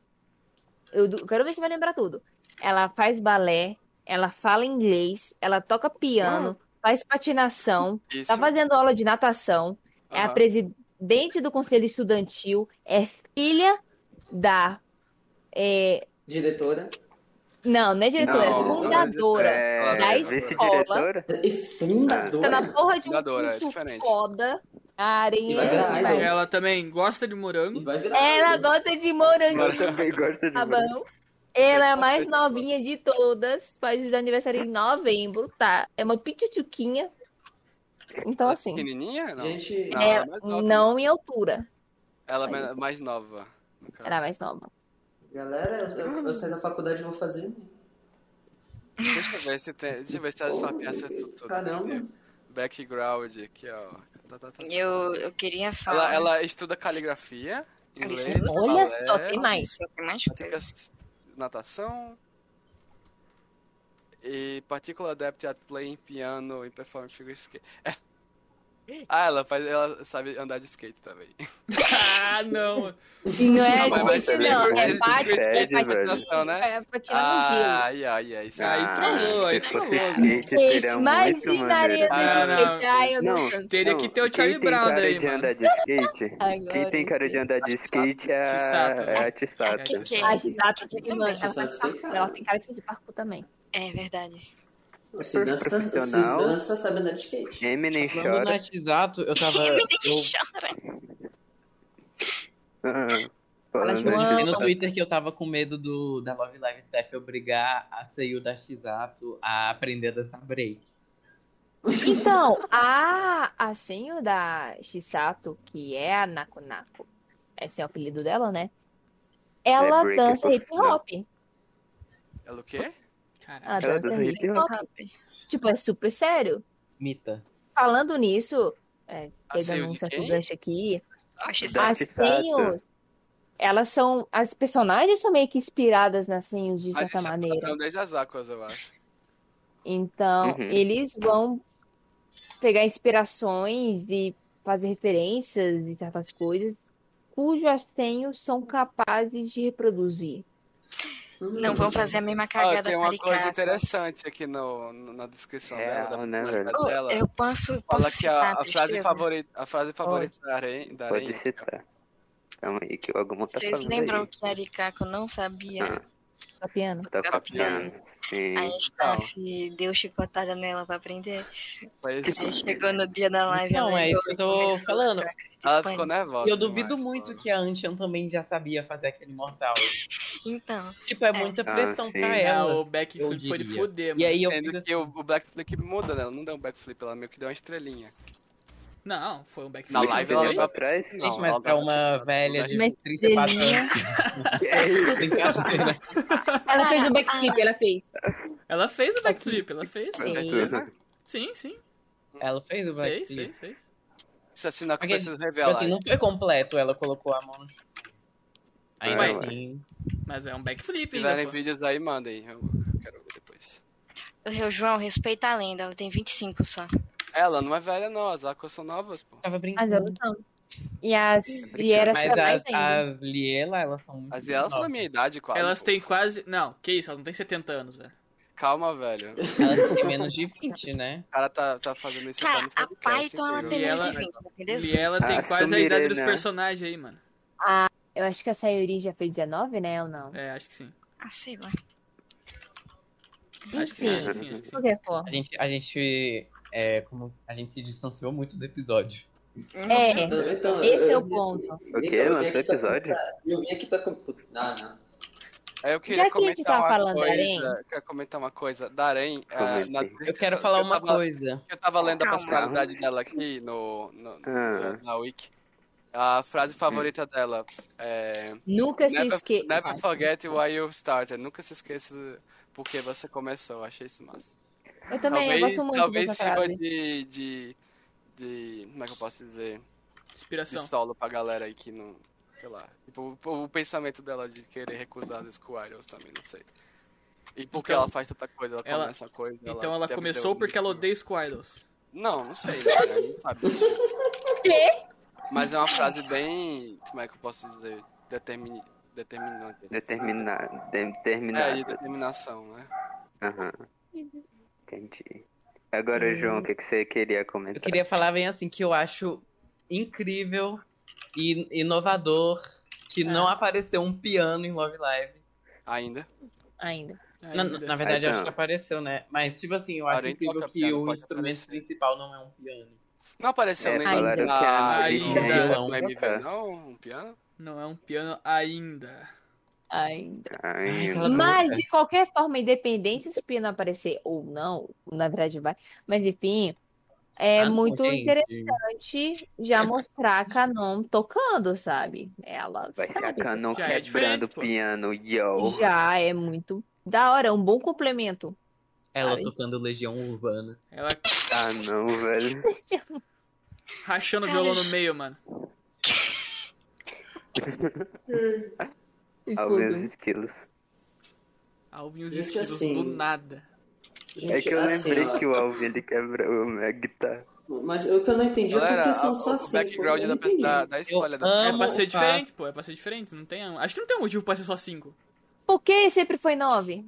B: Eu du- quero ver se vai lembrar tudo. Ela faz balé, ela fala inglês, ela toca piano, faz patinação,
D: Isso.
B: tá fazendo aula de natação, é a
D: Aham.
B: presidente do conselho estudantil, é filha da. é,
G: Diretora.
B: não, não é diretora, é
F: Não, não é
B: fundadora.
F: É,
B: da
F: vice-diretora?
G: E
B: Tá
G: fundadora.
B: na porra de um
D: Fundadora, é
B: curso
D: diferente. é
B: foda. A
G: E
B: areia.
G: vai virar
B: faz-
G: idol.
A: Ela também gosta de
G: E
A: morango.
G: vai virar.
B: Ela gosta de morango.
F: Eu também gosto de
B: Tá bom. Ela é a mais novinha de todas, faz o aniversário em novembro, tá? É uma pitituquinha. Então,
D: Ela é
B: assim,
D: Pequenininha? Não.
G: Gente,
D: Não,
B: é-
D: ela é mais nova.
B: não minha altura.
D: Ela é mais- mais nova. no caso.
B: Era mais nova.
G: galera, eu, eu saí da faculdade e vou fazer.
D: Deixa eu ver se tem. Deixa eu ver se as papinhas é tudo.
G: tá
D: tudo.
G: Caramba.
D: Background aqui, ó. Tá, tá, tá.
E: Eu, eu queria falar.
D: Ela, ela estuda caligrafia,
E: Ela
D: inglês,
E: estuda?
B: Olha
D: balé,
B: só, tem mais.
E: Isso, tem mais coisa.
D: práticas de natação e particular adept at playing piano e performing figure skate. É. Ah, ela, faz, ela sabe andar de skate também.
A: Ah, não.
B: E não é
D: Não, mas vai
B: skate,
D: ser
B: não.
D: bem
B: É
D: mais
B: bate, é
F: sério,
B: bate,
D: velho.
B: é patinando no gelo.
D: Ah, ai, ai, ai. isso
A: Aí
D: aí.
A: trollou, aí
F: se fosse
A: trollou.
F: skate,
B: Gente,
F: seria muito
B: imagina a arena
F: maneiro.
A: Ah,
B: de
A: não.
B: skate. Ai, eu não
F: Não.
B: canto.
A: Teria
F: Não,
A: que ter o
F: quem
A: Charlie
F: tem
A: Brown
F: cara
A: aí,
F: de
A: mano.
F: andar de skate? quem
B: Agora
F: tem cara
B: sim.
F: de andar de skate é a,
A: Chisato.
F: é a Chisato.
A: É a Chisato.
B: A Gisata tem
E: Também.
B: mano, ela
G: Gisata
B: faz
G: tem
B: parkour.
G: cara.
B: Ela tem cara de fazer parkour também.
E: É verdade.
G: Vocês dançam, vocês
F: profissional. É.
G: dançam sabendo de skate.
F: Eminem
C: Tá Falando
F: chora.
C: no exato, eu tava. eu
E: Chora.
F: Ah,
B: Fala,
F: Falando no
B: João.
C: vi no
F: Chisato.
C: Twitter que eu tava com medo do, da Love Live Steph obrigar a Seiyu da Shizato a aprender a dançar break.
B: Então, a, a senho da Shisato, que é a Naku Naku, esse é o apelido dela, né? Ela
F: É breaker
B: dança hip hop.
D: Ela o quê?
C: Ah,
B: Ela
A: Caraca.
F: Ela
B: dança
F: dança
B: hip
F: hip hop.
B: hop. Tipo, é super sério.
C: Mita.
B: Falando nisso, é,
D: A
B: pegando
D: Seiyu
B: um
D: Assim, de
B: certo
D: quem?
B: gancho aqui,
E: Achei
F: Da
B: as
F: Chisato.
B: senhos, elas são. As personagens são meio que inspiradas nas senhos de
D: Mas
B: certa
D: isso é
B: maneira.
D: Não, desde as Aquas, eu acho.
B: Então,
F: Uhum.
B: eles vão pegar inspirações e fazer referências e certas coisas cujos assenhos são capazes de reproduzir.
G: Hum.
E: Não vão fazer a mesma
D: Ah,
E: cagada
D: tem uma coisa
E: caricata.
D: interessante aqui no, no- na descrição dela,
F: Real,
D: da
F: né, velho?
D: personalidade
E: Oh,
D: dela.
E: eu posso, posso
D: Fala que a,
E: citar
D: a frase
E: tristeza?
D: favorita, a frase favorita da Aren, da
F: Pode
D: Aren-
F: citar. Calma aí, que o Agumon tá
E: Vocês
F: falando
E: lembram
F: aí.
E: que a Arikako não sabia?
F: Ah.
B: Tá piano?
F: Tá
E: Tá
F: copiando. Sim.
E: A staff deu chicotada nela pra aprender.
D: Mas
E: Aí chegou no dia da live.
C: Não,
E: ela
C: é
E: lembrou
C: isso que eu
E: e
C: tô
E: começou a
C: falando.
E: dar
D: ela
E: pânico.
D: ficou nervosa.
C: E eu duvido
D: demais,
C: muito
D: mano.
C: que a Anchan também já sabia fazer aquele mortal.
E: Então,
C: Tipo, é muita
F: Ah,
C: pressão
F: sim.
C: pra
F: É,
A: Ah,
C: ela.
A: o Beck
C: eu
A: foi, foi de
C: diria.
A: foder,
C: E
A: mano.
C: aí eu fico
D: Sendo que
C: assim,
D: o, o backflip muda, né? Ela não deu um backflip, ela meio que deu uma estrelinha.
A: Não, foi um Beck
D: Na
A: foi de
F: Puxa,
D: live
A: foder.
F: entendeu?
D: ela-
F: pra trás.
D: Não,
C: gente, mas
D: ela
C: pra
D: dá-
C: uma velha de
B: Mas
C: 34
B: Delinha-
C: anos.
F: É
C: Brincadeira.
B: Ela fez o backflip, ela fez.
A: Ela fez o backflip, ela fez.
D: Com
B: Sim.
D: certeza.
A: Sim, sim,
C: Ela fez o
A: fez,
C: backflip.
A: fez, fez.
D: Isso é sinal que
C: Porque,
D: precisa
C: Tipo
D: revelar.
C: assim, não foi completo, ela colocou a mão no chão. Ainda
A: Ué.
C: assim.
A: Mas é um
D: Se
A: backflip,
D: tiverem
A: ainda, pô.
D: vídeos aí, mandem. Eu quero ver depois.
E: o João, respeita a lenda, ela tem 25 só.
D: Ela não é velha, não. As Aquas são novas, pô.
C: Tava
B: As
C: brincando.
B: elas são. E as e era
C: Mas
B: mais
C: as,
B: ainda.
C: as Liela, elas são muito.
D: Mas elas são da
C: novas.
D: minha idade, quase.
A: Elas
D: pô.
A: têm quase. Não, que isso, elas não têm 70 anos, velho.
D: Calma, velho. O
C: Elas têm menos de 20, né?
D: cara tá, tá fazendo isso
E: Cara,
D: até
E: a
D: no
B: é
D: podcast.
E: Python ela
D: incrível.
E: tem
A: E
E: menos
A: ela-
E: de 20, entendeu?
A: E ela tem
F: Ah,
A: quase a idade dos
F: Sumirena.
A: personagens aí, mano.
B: Eu acho que a Sayuri já fez 19, né? Ou não?
A: É, acho que sim.
E: Ah, sei lá.
A: Acho que sim, acho que sim,
B: Enfim,
A: acho que
B: de
A: sim.
B: qualquer
C: A
B: forma.
C: gente, a gente. É, como, a gente se distanciou muito do episódio.
B: É,
G: Então, então,
B: esse é
G: eu-
B: o ponto.
F: O
G: Então,
F: quê?
G: eu vim
F: Lançou
G: aqui pra-
F: episódio?
G: Eu vim aqui pra. Ah, não.
D: É, Eu
B: Já
D: queria
B: que a gente
D: comentar
B: tava
D: uma
B: falando da
D: coisa,
B: Arém.
D: queria comentar uma coisa da Arém, é,
F: Comente.
D: na
F: Eu
D: descrição,
C: Eu quero falar
D: que eu
C: uma
D: tava-
C: coisa.
D: que Eu tava lendo a
E: Calma.
D: personalidade dela aqui no, no-
F: Ah.
D: na wiki. A frase favorita dela é
B: Nunca se
D: Never,
B: esqueça.
D: never forget why you started. Nunca se esqueça porque você começou. Achei isso massa.
B: Eu também, eu
D: talvez
B: gosto muito
D: talvez
B: dessa
D: sirva
B: frase.
D: de, de, de- Como é que eu posso dizer? De
A: Inspiração.
D: solo pra galera aí que não. Sei lá. Tipo, o, o pensamento dela de querer recusar as Squirrels também, não sei. E porque
A: Então-
D: ela faz tanta coisa, ela,
A: Ela-
D: começa uma coisa.
A: Então ela
D: deve
A: começou
D: ter um
A: porque ela
G: né?
D: motivo.
A: odeia Squirtles.
D: Não, não sei, né? A gente sabe.
B: Quê?
D: Mas é uma frase bem. Como é que eu posso dizer? Determin... Determinante.
F: Determinado.
D: É, e
F: Determinado.
D: determinação, né?
F: Aham. Entendi. Agora, João, o que, que você queria
C: Eu
F: comentar?
C: queria falar bem assim que eu acho incrível e inovador que não apareceu um piano em Love Live.
D: Ainda.
B: Ainda.
C: Na,
A: Ainda.
C: na verdade,
F: Ah,
C: acho
D: Então.
F: tá.
C: que apareceu, né? Mas, tipo assim, eu acho
D: Porém,
C: incrível
D: toca
C: que
D: piano,
C: o
D: pode
C: instrumento
D: aparecer.
C: principal não é um piano.
D: Não apareceu
F: É,
D: nem
F: falaram
D: na-
F: que a
A: Ainda.
F: bicha
D: no-
C: Ainda.
D: no MV, não? Um piano?
A: Não é um piano ainda.
B: Ai.
F: Ai,
C: Ai, aquela-
B: Mas, de qualquer forma, independente se o Pino aparecer ou não, na verdade vai. Mas, enfim, é
C: Ah, não,
B: muito
C: gente.
B: interessante já mostrar a Canon tocando, sabe? Ela
F: Vai ser a
B: sabe.
F: Canon
A: Já é
F: quebrando
A: diferente,
F: o
A: pô.
F: piano, yo.
B: Já é muito da hora, é um bom complemento.
C: Ela
B: Ai.
C: tocando Legião Urbana.
A: Ela
F: Ah, não, velho.
A: rachando o
E: Cara,
A: violão no
E: isso-
A: meio, mano.
F: Alguns
B: Escudo.
F: esquilos.
A: Alvin e os
G: Isso
A: esquilos
G: assim.
A: do nada.
G: Gente,
F: É que eu
G: assim,
F: lembrei
G: ó,
F: que o tá? Alvin ele quebrou a guitarra.
G: Mas o que eu não entendi é
D: Galera,
G: porque são
D: a-
G: só
D: o
G: assim.
D: background da,
G: eu não entendi.
D: da, da spoiler da
C: amo.
A: É pra
C: o
A: ser
C: fato.
A: diferente, pô. É pra ser diferente. Não tem... Acho que não tem um motivo pra ser só cinco.
B: Por que sempre foi 9?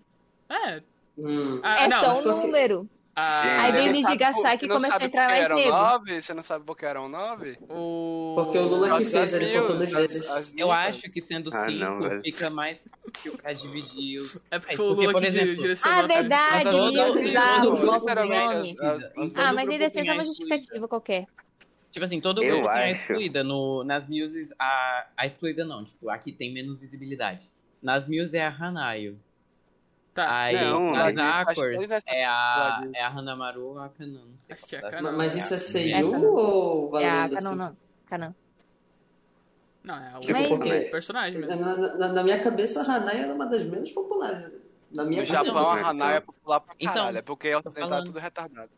A: É.
G: Hum.
A: Ah,
B: É
A: não.
B: só
G: mas
B: um
G: por quê?
B: número.
A: a-
F: Gente,
B: Aí vem o
D: Você não sabe
B: Nijigasaki que
D: por- você não
B: começou
D: sabe
B: a entrar
D: porque
B: mais
D: eram
B: nego.
D: nove? Você não sabe porque eram nove?
A: O...
G: Porque o Lula que
D: As-
G: fez,
D: as
G: ele contou
D: mil,
G: duas
D: as-
G: vezes.
D: as mil,
C: Eu
D: sabe?
C: acho que sendo
F: Ah,
C: cinco
F: não, velho.
C: fica mais fácil pra dividir os.
A: É porque
C: É,
A: foi o
C: porque,
A: Lula
C: por
A: que di-
C: exemplo,
A: direcionou.
B: Ah,
A: né?
B: verdade,
C: Mas a
B: ele ia
C: outra-
B: usar
C: a
B: o
C: outra-
B: golpe do
D: literalmente,
B: nome.
D: as- as-
B: Ah,
C: Então, o
B: mas
C: grupo
B: ele ia ser
C: tem a
B: uma justificativa qualquer.
C: Tipo assim, todo
F: Eu
C: grupo tem a
F: acho.
C: excluída. No, nas muses, a, a excluída não. Tipo, aqui tem menos visibilidade. Nas muses é a Hanayo.
A: Tá.
C: Aí,
F: Não,
C: nas
D: mas isso- acho que
C: Aquars,
D: nessa-
C: é a,
D: verdade.
C: é a Hanamaru ou a Kanan. Não sei
A: Acho que é a
C: qual das
A: Kanan.
G: Ma-
C: duas.
G: Mas isso é
B: É,
G: Seiyu
B: tá. É
G: ou
B: a
G: Valorando?
B: Canon,
G: assim?
B: não. Canon.
A: Não, é o
G: Tipo,
B: Mas-
G: porque-
A: personagem mesmo.
G: Na, na- na minha cabeça, a Hanai era uma das menos populares. Na minha
D: No Japão,
G: cabeça. assim.
D: a Hanai é popular pra
C: Então,
D: caralho. é porque o ocidental é
C: falando.
D: tudo retardado.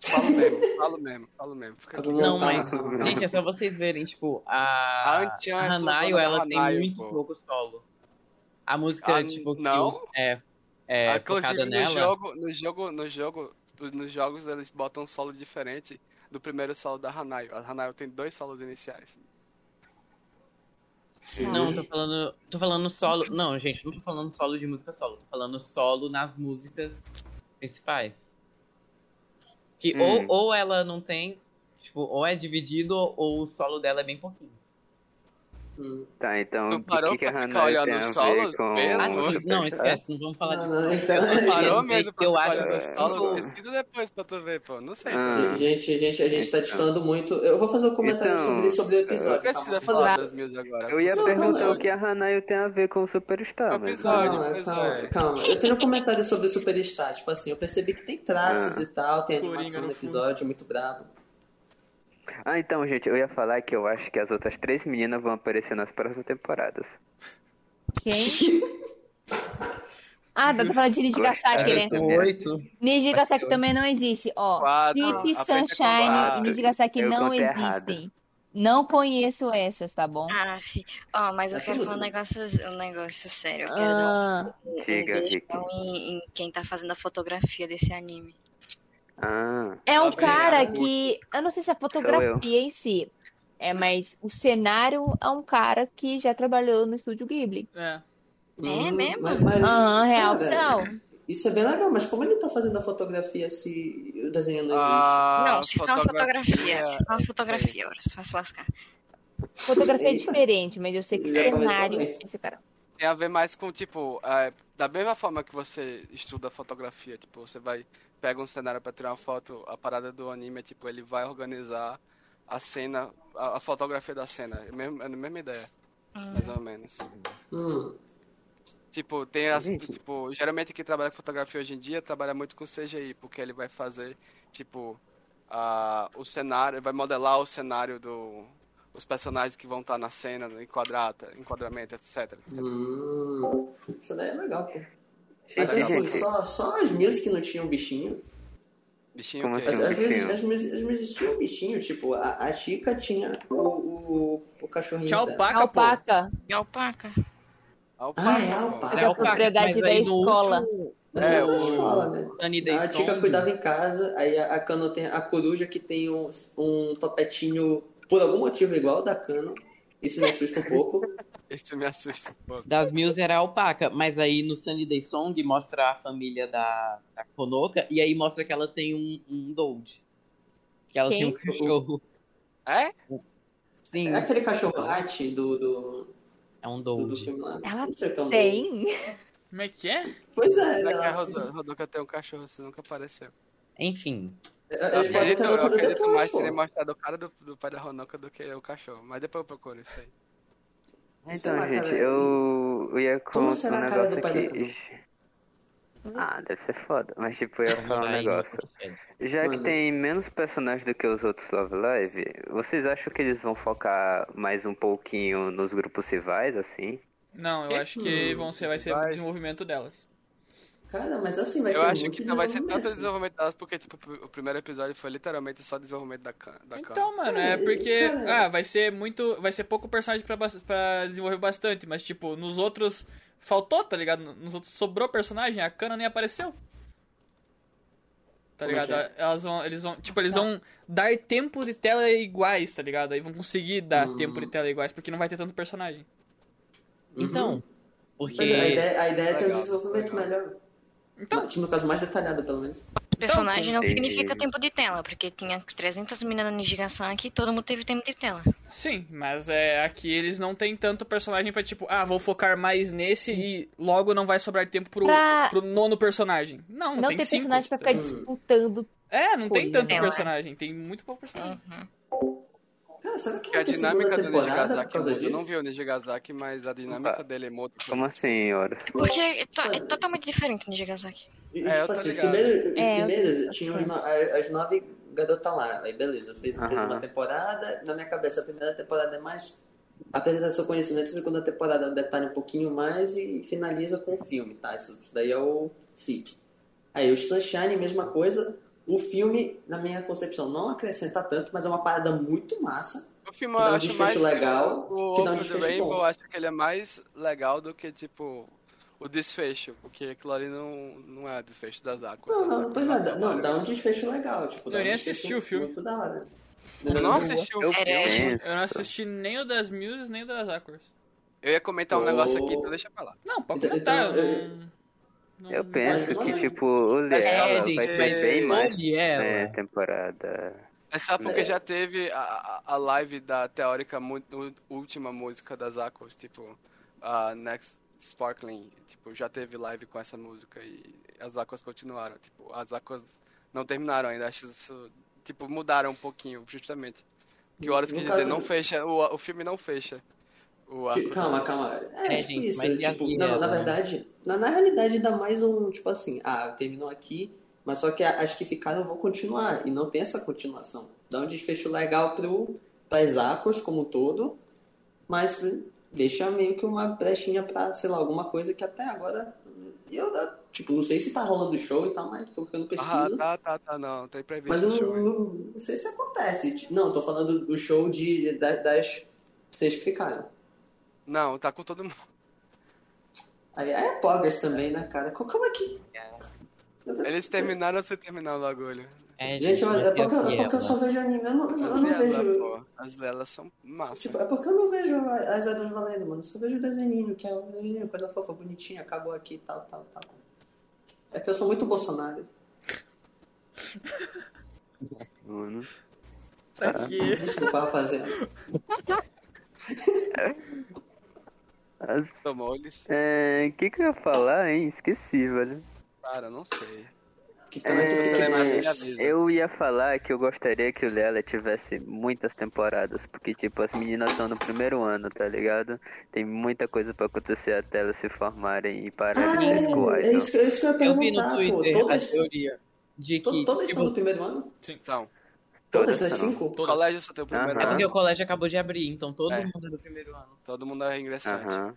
D: Falo mesmo, falo mesmo, falo mesmo. Fica aqui.
C: Não, mas.
G: Tá.
C: Gente, é só vocês verem, tipo, a.
D: A Anchan é
C: a Hanayo,
D: funcionária
C: ela
D: da
C: tem
D: Hanayo,
C: muito
D: pô.
C: pouco solo. A música,
D: Ah,
C: tipo, que
D: não?
C: os- é, é
D: Ah,
C: focada
D: Inclusive, no
C: nela.
D: jogo, no jogo, no jogo, nos jogos eles botam um solo diferente do primeiro solo da Hanayo. A Hanayo tem dois solos iniciais.
C: Não, tô falando. Tô falando solo. Não, gente, não tô falando solo de música solo. Tô falando solo nas músicas principais. Que
F: Hum.
C: ou, ou ela não tem. Tipo, ou é dividido, ou o solo dela é bem pouquinho.
G: Hum.
F: Tá, então
D: Não
F: o
D: parou
F: que, que a
D: pra ficar
F: Hanai
D: olhando
F: tem a
D: os
F: ver
D: solos
F: com
D: mesmo?
C: Ah,
F: o
C: sim, não,
F: Superstar?
C: esquece, não vamos falar
G: Não,
C: disso.
G: não, então-
C: Eu só queria
D: Parou
C: dizer
D: mesmo
C: que
D: pra
C: eu
D: ficar
C: acho
D: olhando os solos?
G: Pô.
D: Pesquisa depois pra tu ver, pô. Não sei.
F: Ah. Hum.
G: Gente, gente, a gente tá
F: Então.
G: destoando muito. Eu vou fazer um comentário
F: Então,
G: sobre, sobre o
D: Não
G: episódio.
D: precisa
G: tá? Vou
D: falar
B: falar.
D: das minhas agora.
F: Eu ia
G: Não,
F: perguntar
G: não,
F: o que a Hanaio tem a ver com o Superstar, mas...
D: Apesar- episódio,
G: Calma,
D: pois
G: calma,
D: é.
G: calma. Eu tenho um comentário sobre o Superstar. Tipo assim, eu percebi que tem traços
F: Ah.
G: e tal, tem
A: Coringa
G: animação
A: no
G: no
A: fundo.
G: episódio, muito brabo.
F: Ah, então, gente, eu ia falar que eu acho que as outras três meninas vão aparecer nas próximas temporadas.
B: Quem? Ah, dá pra falar de
C: É.
B: Nijigasaki, né?
F: Gostaram?
C: Oito.
B: Nijigasaki também não existe. Ó,
D: Quatro,
B: City,
D: aperta
B: Sunshine
D: quatro.
B: e Nijigasaki
F: Eu
B: é não
F: contei
B: existem.
F: errado.
B: Não conheço essas, tá bom?
E: Ah, fi. Ó, mas eu
G: Essa
E: quero falar um
G: música.
E: negócio, um negócio sério. Eu quero dar
B: Ah,
E: um, um
F: Diga, Vicky.
E: beijão em, em quem tá fazendo a fotografia desse anime.
F: Ah,
B: é um
D: Ela
B: cara
D: vem-
B: que. Eu não sei se é
F: Sou
B: fotografia em si. É, mas o cenário é um cara que já trabalhou no estúdio Ghibli.
A: É.
E: É mesmo?
G: Uhum, Mas, mas,
B: Aham, real
G: cara,
B: opção.
G: Isso é bem legal, mas como ele tá fazendo a fotografia se o desenho não existe?
D: Ah,
E: não, se for uma fotografia, se for uma fotografia, ora, se vai se lascar.
B: Fotografia é
G: Eita.
B: diferente, mas eu sei que
G: Já começou
B: cenário.
G: bem.
B: Esse cara.
D: Tem a ver mais com, tipo, é, da mesma forma que você estuda fotografia, tipo, você vai, pega um cenário pra tirar uma foto, a parada do anime é, tipo, ele vai organizar a cena, a, a fotografia da cena. É, mesmo, é a mesma ideia, mais ou menos.
G: Hum.
D: Tipo, tem as.
F: Gente.
D: Tipo, geralmente quem trabalha com fotografia hoje em dia trabalha muito com CGI, porque ele vai fazer, tipo, a, o cenário, vai modelar o cenário do. Os personagens que vão estar na cena, no enquadrata, enquadramento, etc. etc.
G: Hum. Isso daí é legal, pô. Mas
F: gente,
G: assim,
F: gente,
G: só, só as music que não tinham bichinho.
D: Bichinho É
F: Como
D: que
G: As,
F: Tinha um
G: as, music-
F: bichinho.
G: as, music- as music tinham bichinho, tipo, a, a Chica tinha o, o, o cachorrinho
A: Tchau,
G: dela.
A: Paca, pô.
B: Alpaca.
E: E alpaca.
D: Alpaca,
G: Ah, é,
D: pô.
G: alpaca.
B: Fica a propriedade da escola.
G: Mas
D: É,
G: era da
D: o-
G: escola, né?
C: Sunny Day
G: A Tika
C: Song,
G: cuidava em casa, aí a, a Kano tem a coruja que tem um, um topetinho, por algum motivo, igual da Kano. Isso me assusta um pouco.
D: Isso me assusta um pouco.
C: Das Mills era a alpaca, mas aí no Sunny Day Song mostra a família da, da Konoka e aí mostra que ela tem um, um Dold. Que ela tem um
B: Quem?
C: cachorro.
D: É?
C: Sim,
G: É aquele cachorro Hachi do, do,
C: é um
G: do, do
C: Dold.
G: filme lá.
B: Ela
G: Não sei o que é o nome.
B: Tem.
A: Como é que é?
G: Pois é,
D: Será que a
G: ela...
D: Rodo- Rodoca tem um cachorro, você nunca apareceu.
C: Enfim.
D: Eu
G: Eles podem
D: acredito,
G: ter
D: eu
G: botado
D: acredito
G: depois,
D: mais é
G: pô.
D: terem mostrado o cara do, do pai da Ronoca do que o cachorro. Mas depois eu procuro isso aí.
F: Então,
G: Sei lá,
F: gente,
G: cara,
F: eu, eu ia com
G: Como
F: um
G: será a cara
F: negócio
G: do pai da
F: aqui. Ah, deve ser foda. Mas, tipo, eu ia falar um
C: Aí,
F: negócio. Já que
G: Manda.
F: tem menos personagens do que os outros Love Live, vocês acham que eles vão focar mais um pouquinho nos grupos rivais, assim?
A: Não, eu acho que vão ser, vai ser o
D: Vai.
A: desenvolvimento delas.
G: Cara, mas assim, vai
D: Eu
G: ter
D: acho
G: muito
D: que não vai ser tanto
G: desenvolvimento.
D: desenvolvimento delas, porque tipo, o primeiro episódio foi literalmente só desenvolvimento da Khan. Da Khan.
A: Então, mano, é
G: Cara,
A: porque.
G: cara.
A: Ah, vai ser muito. Vai ser pouco personagem pra, bas- pra desenvolver bastante, mas, tipo, nos outros. Faltou, tá ligado? Nos outros sobrou personagem, a Kana nem apareceu. Tá
G: Como é
A: ligado?
G: que é?
A: Elas vão. Eles vão. Tipo, eles vão dar tempo de tela iguais, tá ligado? Aí vão conseguir dar
G: Hum.
A: tempo de tela iguais, porque não vai ter tanto personagem.
G: Uhum.
C: Então,
G: Pois é, a
C: porque
G: ideia, a ideia é ter um
D: Legal,
G: desenvolvimento
D: legal.
G: melhor.
A: Então.
G: Mas, no caso, mais detalhado, pelo menos.
E: Então, Personagem não
F: entendi.
E: significa tempo de tela, porque tinha 300 meninas na indicação aqui e todo mundo teve tempo de tela.
A: Sim, mas é aqui eles não tem tanto personagem pra tipo, ah, vou focar mais nesse e logo não vai sobrar tempo pro,
B: Pra-
A: pro nono personagem. Não,
B: Não
A: tem,
B: tem
A: cinco,
B: personagem pra
A: tá
B: ficar
A: ligado?
B: disputando.
A: É, não tem
B: Coisa,
A: tanto
E: né?
A: personagem, tem muito pouco personagem.
E: Uhum.
G: Cara, será que
D: Porque a
G: vai ter segunda
D: dinâmica do
G: temporada por
D: Nijigasaki
G: causa
D: muda. Eu
G: disso? Então,
D: não vi o Nijigasaki, mas a dinâmica
F: Opa.
D: dele é muda.
F: Como assim, Horus?
E: Porque é, to- é totalmente diferente no Gigasaki.
G: E,
D: É, eu
G: tipo
D: tô
G: assim, os
D: ligado.
G: primeiros, os
B: É, eu-
G: primeiros
B: eu
G: tinham
B: sei.
G: os no- a- as nove garotas lá, aí beleza, fez, fez
F: Aham.
G: uma temporada, na minha cabeça a primeira temporada é mais apresentação, conhecimento, a segunda temporada detalha um pouquinho mais e finaliza com o filme, tá? Isso, isso daí é o SIP. Aí o Sunshine, mesma coisa, o filme, na minha concepção, não acrescenta tanto, mas é uma parada muito massa.
D: O filme
G: Que dá um
D: eu acho
G: desfecho
D: mais
G: legal,
D: O
G: que dá um
D: Over the
G: desfecho
D: Rainbow
G: bom.
D: eu acho que ele é mais legal do que, tipo, o desfecho. Porque aquilo ali não, não é desfecho das águas.
G: Não,
D: das
G: não,
D: águas
G: pois é,
D: lá
G: dá- não,
D: trabalham.
G: dá um desfecho legal, tipo,
A: Eu
G: dá um
A: nem
G: desfecho
A: assisti o filme.
G: Muito da hora.
D: Eu não assisti o
F: Eu
E: Era-
C: Ah.
F: penso.
A: Eu não assisti nem o das Muses, nem o das Acors.
D: Eu ia comentar um
G: Eu-
D: negócio aqui, então deixa pra lá.
A: Não, pode
G: Então-
A: comentar.
G: então,
A: eu não- não-
F: Eu penso
G: não
F: que,
G: é.
F: tipo, o
C: Mas
F: Leala
C: é,
F: vai
C: gente,
F: ter
C: mas
F: bem mais
C: ouve ela.
F: né, temporada.
D: É só porque
G: É.
D: já teve a- a, a live da teórica mu- u- última música das Aquas, tipo, a Next Sparkling, tipo, já teve live com essa música e as Aquas continuaram, tipo, as Aquas não terminaram ainda, acho isso, tipo, mudaram um pouquinho, justamente. O que o Horus
G: No
D: quis dizer,
G: caso-
D: não fecha, o, o filme não fecha. O
G: Ti-
D: arco Ah,
G: Calma,
D: das-
G: calma. É,
C: É,
G: tipo
C: gente,
G: isso.
C: mas e a
G: tipo,
C: vida,
G: não, na
C: né?
G: verdade, na, na realidade dá mais um, tipo assim, ah, terminou aqui, mas só que a- as que ficaram vão continuar. E não tem essa continuação. Dá um desfecho legal pro, pras arcos como um todo, mas deixa meio que uma brechinha pra, sei lá, alguma coisa que até agora. Eu, tipo, não sei se tá rolando show e tal, mas porque eu não pesquiso.
D: Ah, tá, tá, tá, não, tem previsto
G: Mas eu
D: show,
G: não,
D: hein?
G: não, não sei se acontece. Tipo, Não, eu tô falando do show de, da- das seis que ficaram.
D: Não, tá com todo mundo.
G: Aí aí é Poggers também, né, cara? Co- Como é que.
D: Eles terminaram sem terminar o bagulho.
C: É,
G: Gente, mas é
C: mas e a
G: porque, é porque
C: Fiela?
G: eu só vejo anime, eu não, eu
D: As
G: não
D: delas,
G: vejo.
D: pô, as delas são massa.
G: Tipo, é porque eu não vejo as Eras valendo, mano. Eu só vejo o desenho, que é um desenho, coisa fofa, bonitinha, acabou aqui e tal, tal, tal. É que eu sou muito Bolsonaro.
F: Mano.
A: Pra quê?
G: Desculpa, rapaziada.
F: As-
D: Tomou, eles
F: é, O que que eu ia falar, hein? Esqueci, velho.
D: Cara, não sei.
G: Que também
D: se você
G: que-
D: lembrar
F: É,
D: dele, avisa.
F: eu ia falar que eu gostaria que o Lela tivesse muitas temporadas, porque tipo, as meninas estão no primeiro ano, tá ligado? Tem muita coisa pra acontecer até elas se formarem e pararem
G: Ah,
F: de school
G: é, é
F: idol.
G: isso, que- é isso que eu ia
C: Eu vi no
G: perguntar,
C: Twitter
G: pô.
C: a
G: Todas,
C: teoria de
G: to,
C: que
G: todas são
C: tipo,
G: do primeiro ano?
D: Então,
G: Todas
F: Todas
G: as
F: são.
G: cinco?
D: o
A: Todas.
D: colégio só tem o primeiro
F: Aham.
C: é
D: ano,
C: porque o colégio acabou de abrir, então todo
D: É.
C: mundo é do primeiro ano.
D: todo mundo é ingressante.
F: Aham.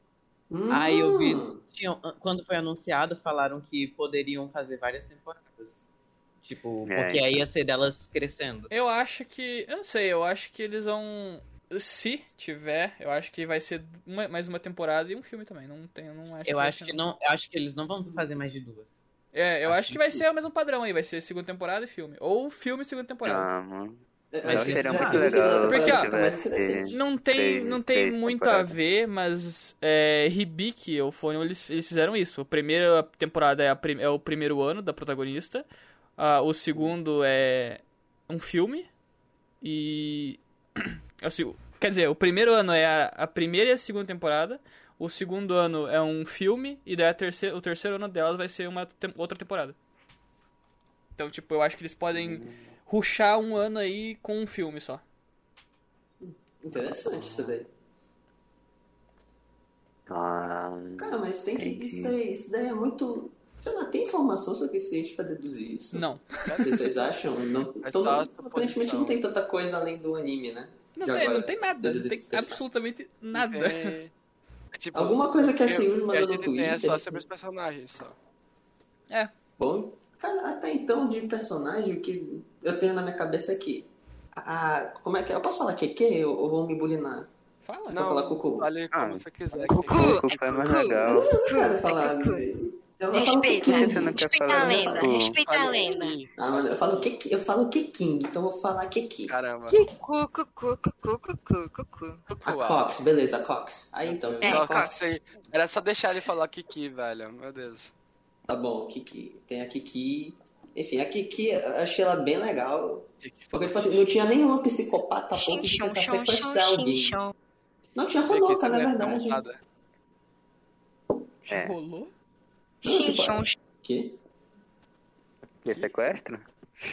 C: Aí Ah, eu vi,
G: Hum.
C: tinha, quando foi anunciado, falaram que poderiam fazer várias temporadas. Tipo, porque
F: É,
C: aí ia ser delas crescendo.
A: Eu acho que. Eu não sei, eu acho que eles vão. Se tiver, eu acho que vai ser uma- mais uma temporada e um filme também. Não tem, não acho
C: Eu
A: vai
C: acho
A: ser, um-
C: que não, eu acho que eles não vão fazer mais de duas.
A: É, eu
C: acho
A: acho que vai
C: que-
A: ser o mesmo padrão aí, vai ser segunda temporada e filme. Ou filme e segunda temporada.
F: Ah, mano.
G: É,
C: Mas
G: acho que
C: seria
G: isso
C: muito
G: já-
F: legal
G: isso já tá
A: Porque, ó,
G: ficando mais interessante.
A: Não tem,
F: Três-
A: não tem
F: três
A: muito
F: temporadas.
A: a ver, mas é, Hibiki e Euphonium, eles, eles fizeram isso. A primeira temporada é, a prim- é o primeiro ano da protagonista. Ah, o segundo é um filme. E... é o seg- Quer dizer, o primeiro ano é a, a primeira e a segunda temporada. O segundo ano é um filme. E daí a terceira, o terceiro ano delas vai ser uma tem- outra temporada. Então, tipo, eu acho que eles
F: Hum.
A: podem ruxar um ano aí com um filme só.
G: Interessante isso daí.
F: Ah,
G: Cara, mas tem que.
F: Tem que-
G: Isso, daí, isso daí é muito. Sei lá, tem informação suficiente pra deduzir isso?
A: Não.
G: Vocês vocês acham? Não,
D: É
G: todo-
D: só suposição.
G: aparentemente não tem tanta coisa além do anime, né?
A: Não
G: De
A: tem,
G: agora,
A: não tem nada. Não
G: deles
A: tem
G: expressar.
A: absolutamente nada.
D: Tem- é tipo,
G: Alguma coisa que assim, a
D: o
G: Senhor
D: que a
G: mandou no
D: gente tem é
G: Twitter. assim,
D: só sobre os personagens, só.
G: Bom, cara, até então de personagem, o que eu tenho na minha cabeça é que. A, como é que é? Eu posso falar que ou, ou vão me bulinar?
A: Fala.
G: Vou falar Cucu.
D: Fale
F: Ah,
D: como você quiser.
E: Cucu.
D: Que...
F: o Cucu é mais
E: Cucu.
G: Eu
F: legal.
G: não, é eu não quero falar.
E: Cucu.
G: Eu um falo
E: Respeita,
G: Cucu.
F: Você não quer
E: respeita
F: falar
E: a lenda,
F: disso?
E: respeita a
D: Fale
E: lenda.
D: Ih,
G: Ah, mano, eu falo que eu falo que King, então eu vou falar que King.
D: Caramba.
E: Cu, cu, cu, cu, cu, cu, cu, cu, cu.
G: A
D: Cucu, ah.
G: Cox, beleza, a Cox. Aí então,
E: É,
G: a
D: Nossa,
E: Cox.
D: sei. Era só deixar ele falar Kiki, velho. Meu Deus.
G: Tá bom, Kiki. Tem a Kiki. Enfim, a Kiki eu achei ela bem legal.
D: Kiki.
G: Porque, tipo assim, não tinha nenhuma psicopata a ponto de
E: Xinchon,
G: tentar
E: chon, chon,
G: sequestrar alguém.
E: xinchon.
G: Não tinha
D: Kiki,
G: roloca,
D: você
G: tá na
D: não é
G: verdade.
D: montada.
A: Já
F: É.
A: rolou?
E: Xinchon,
G: Que?
F: Que sequestro?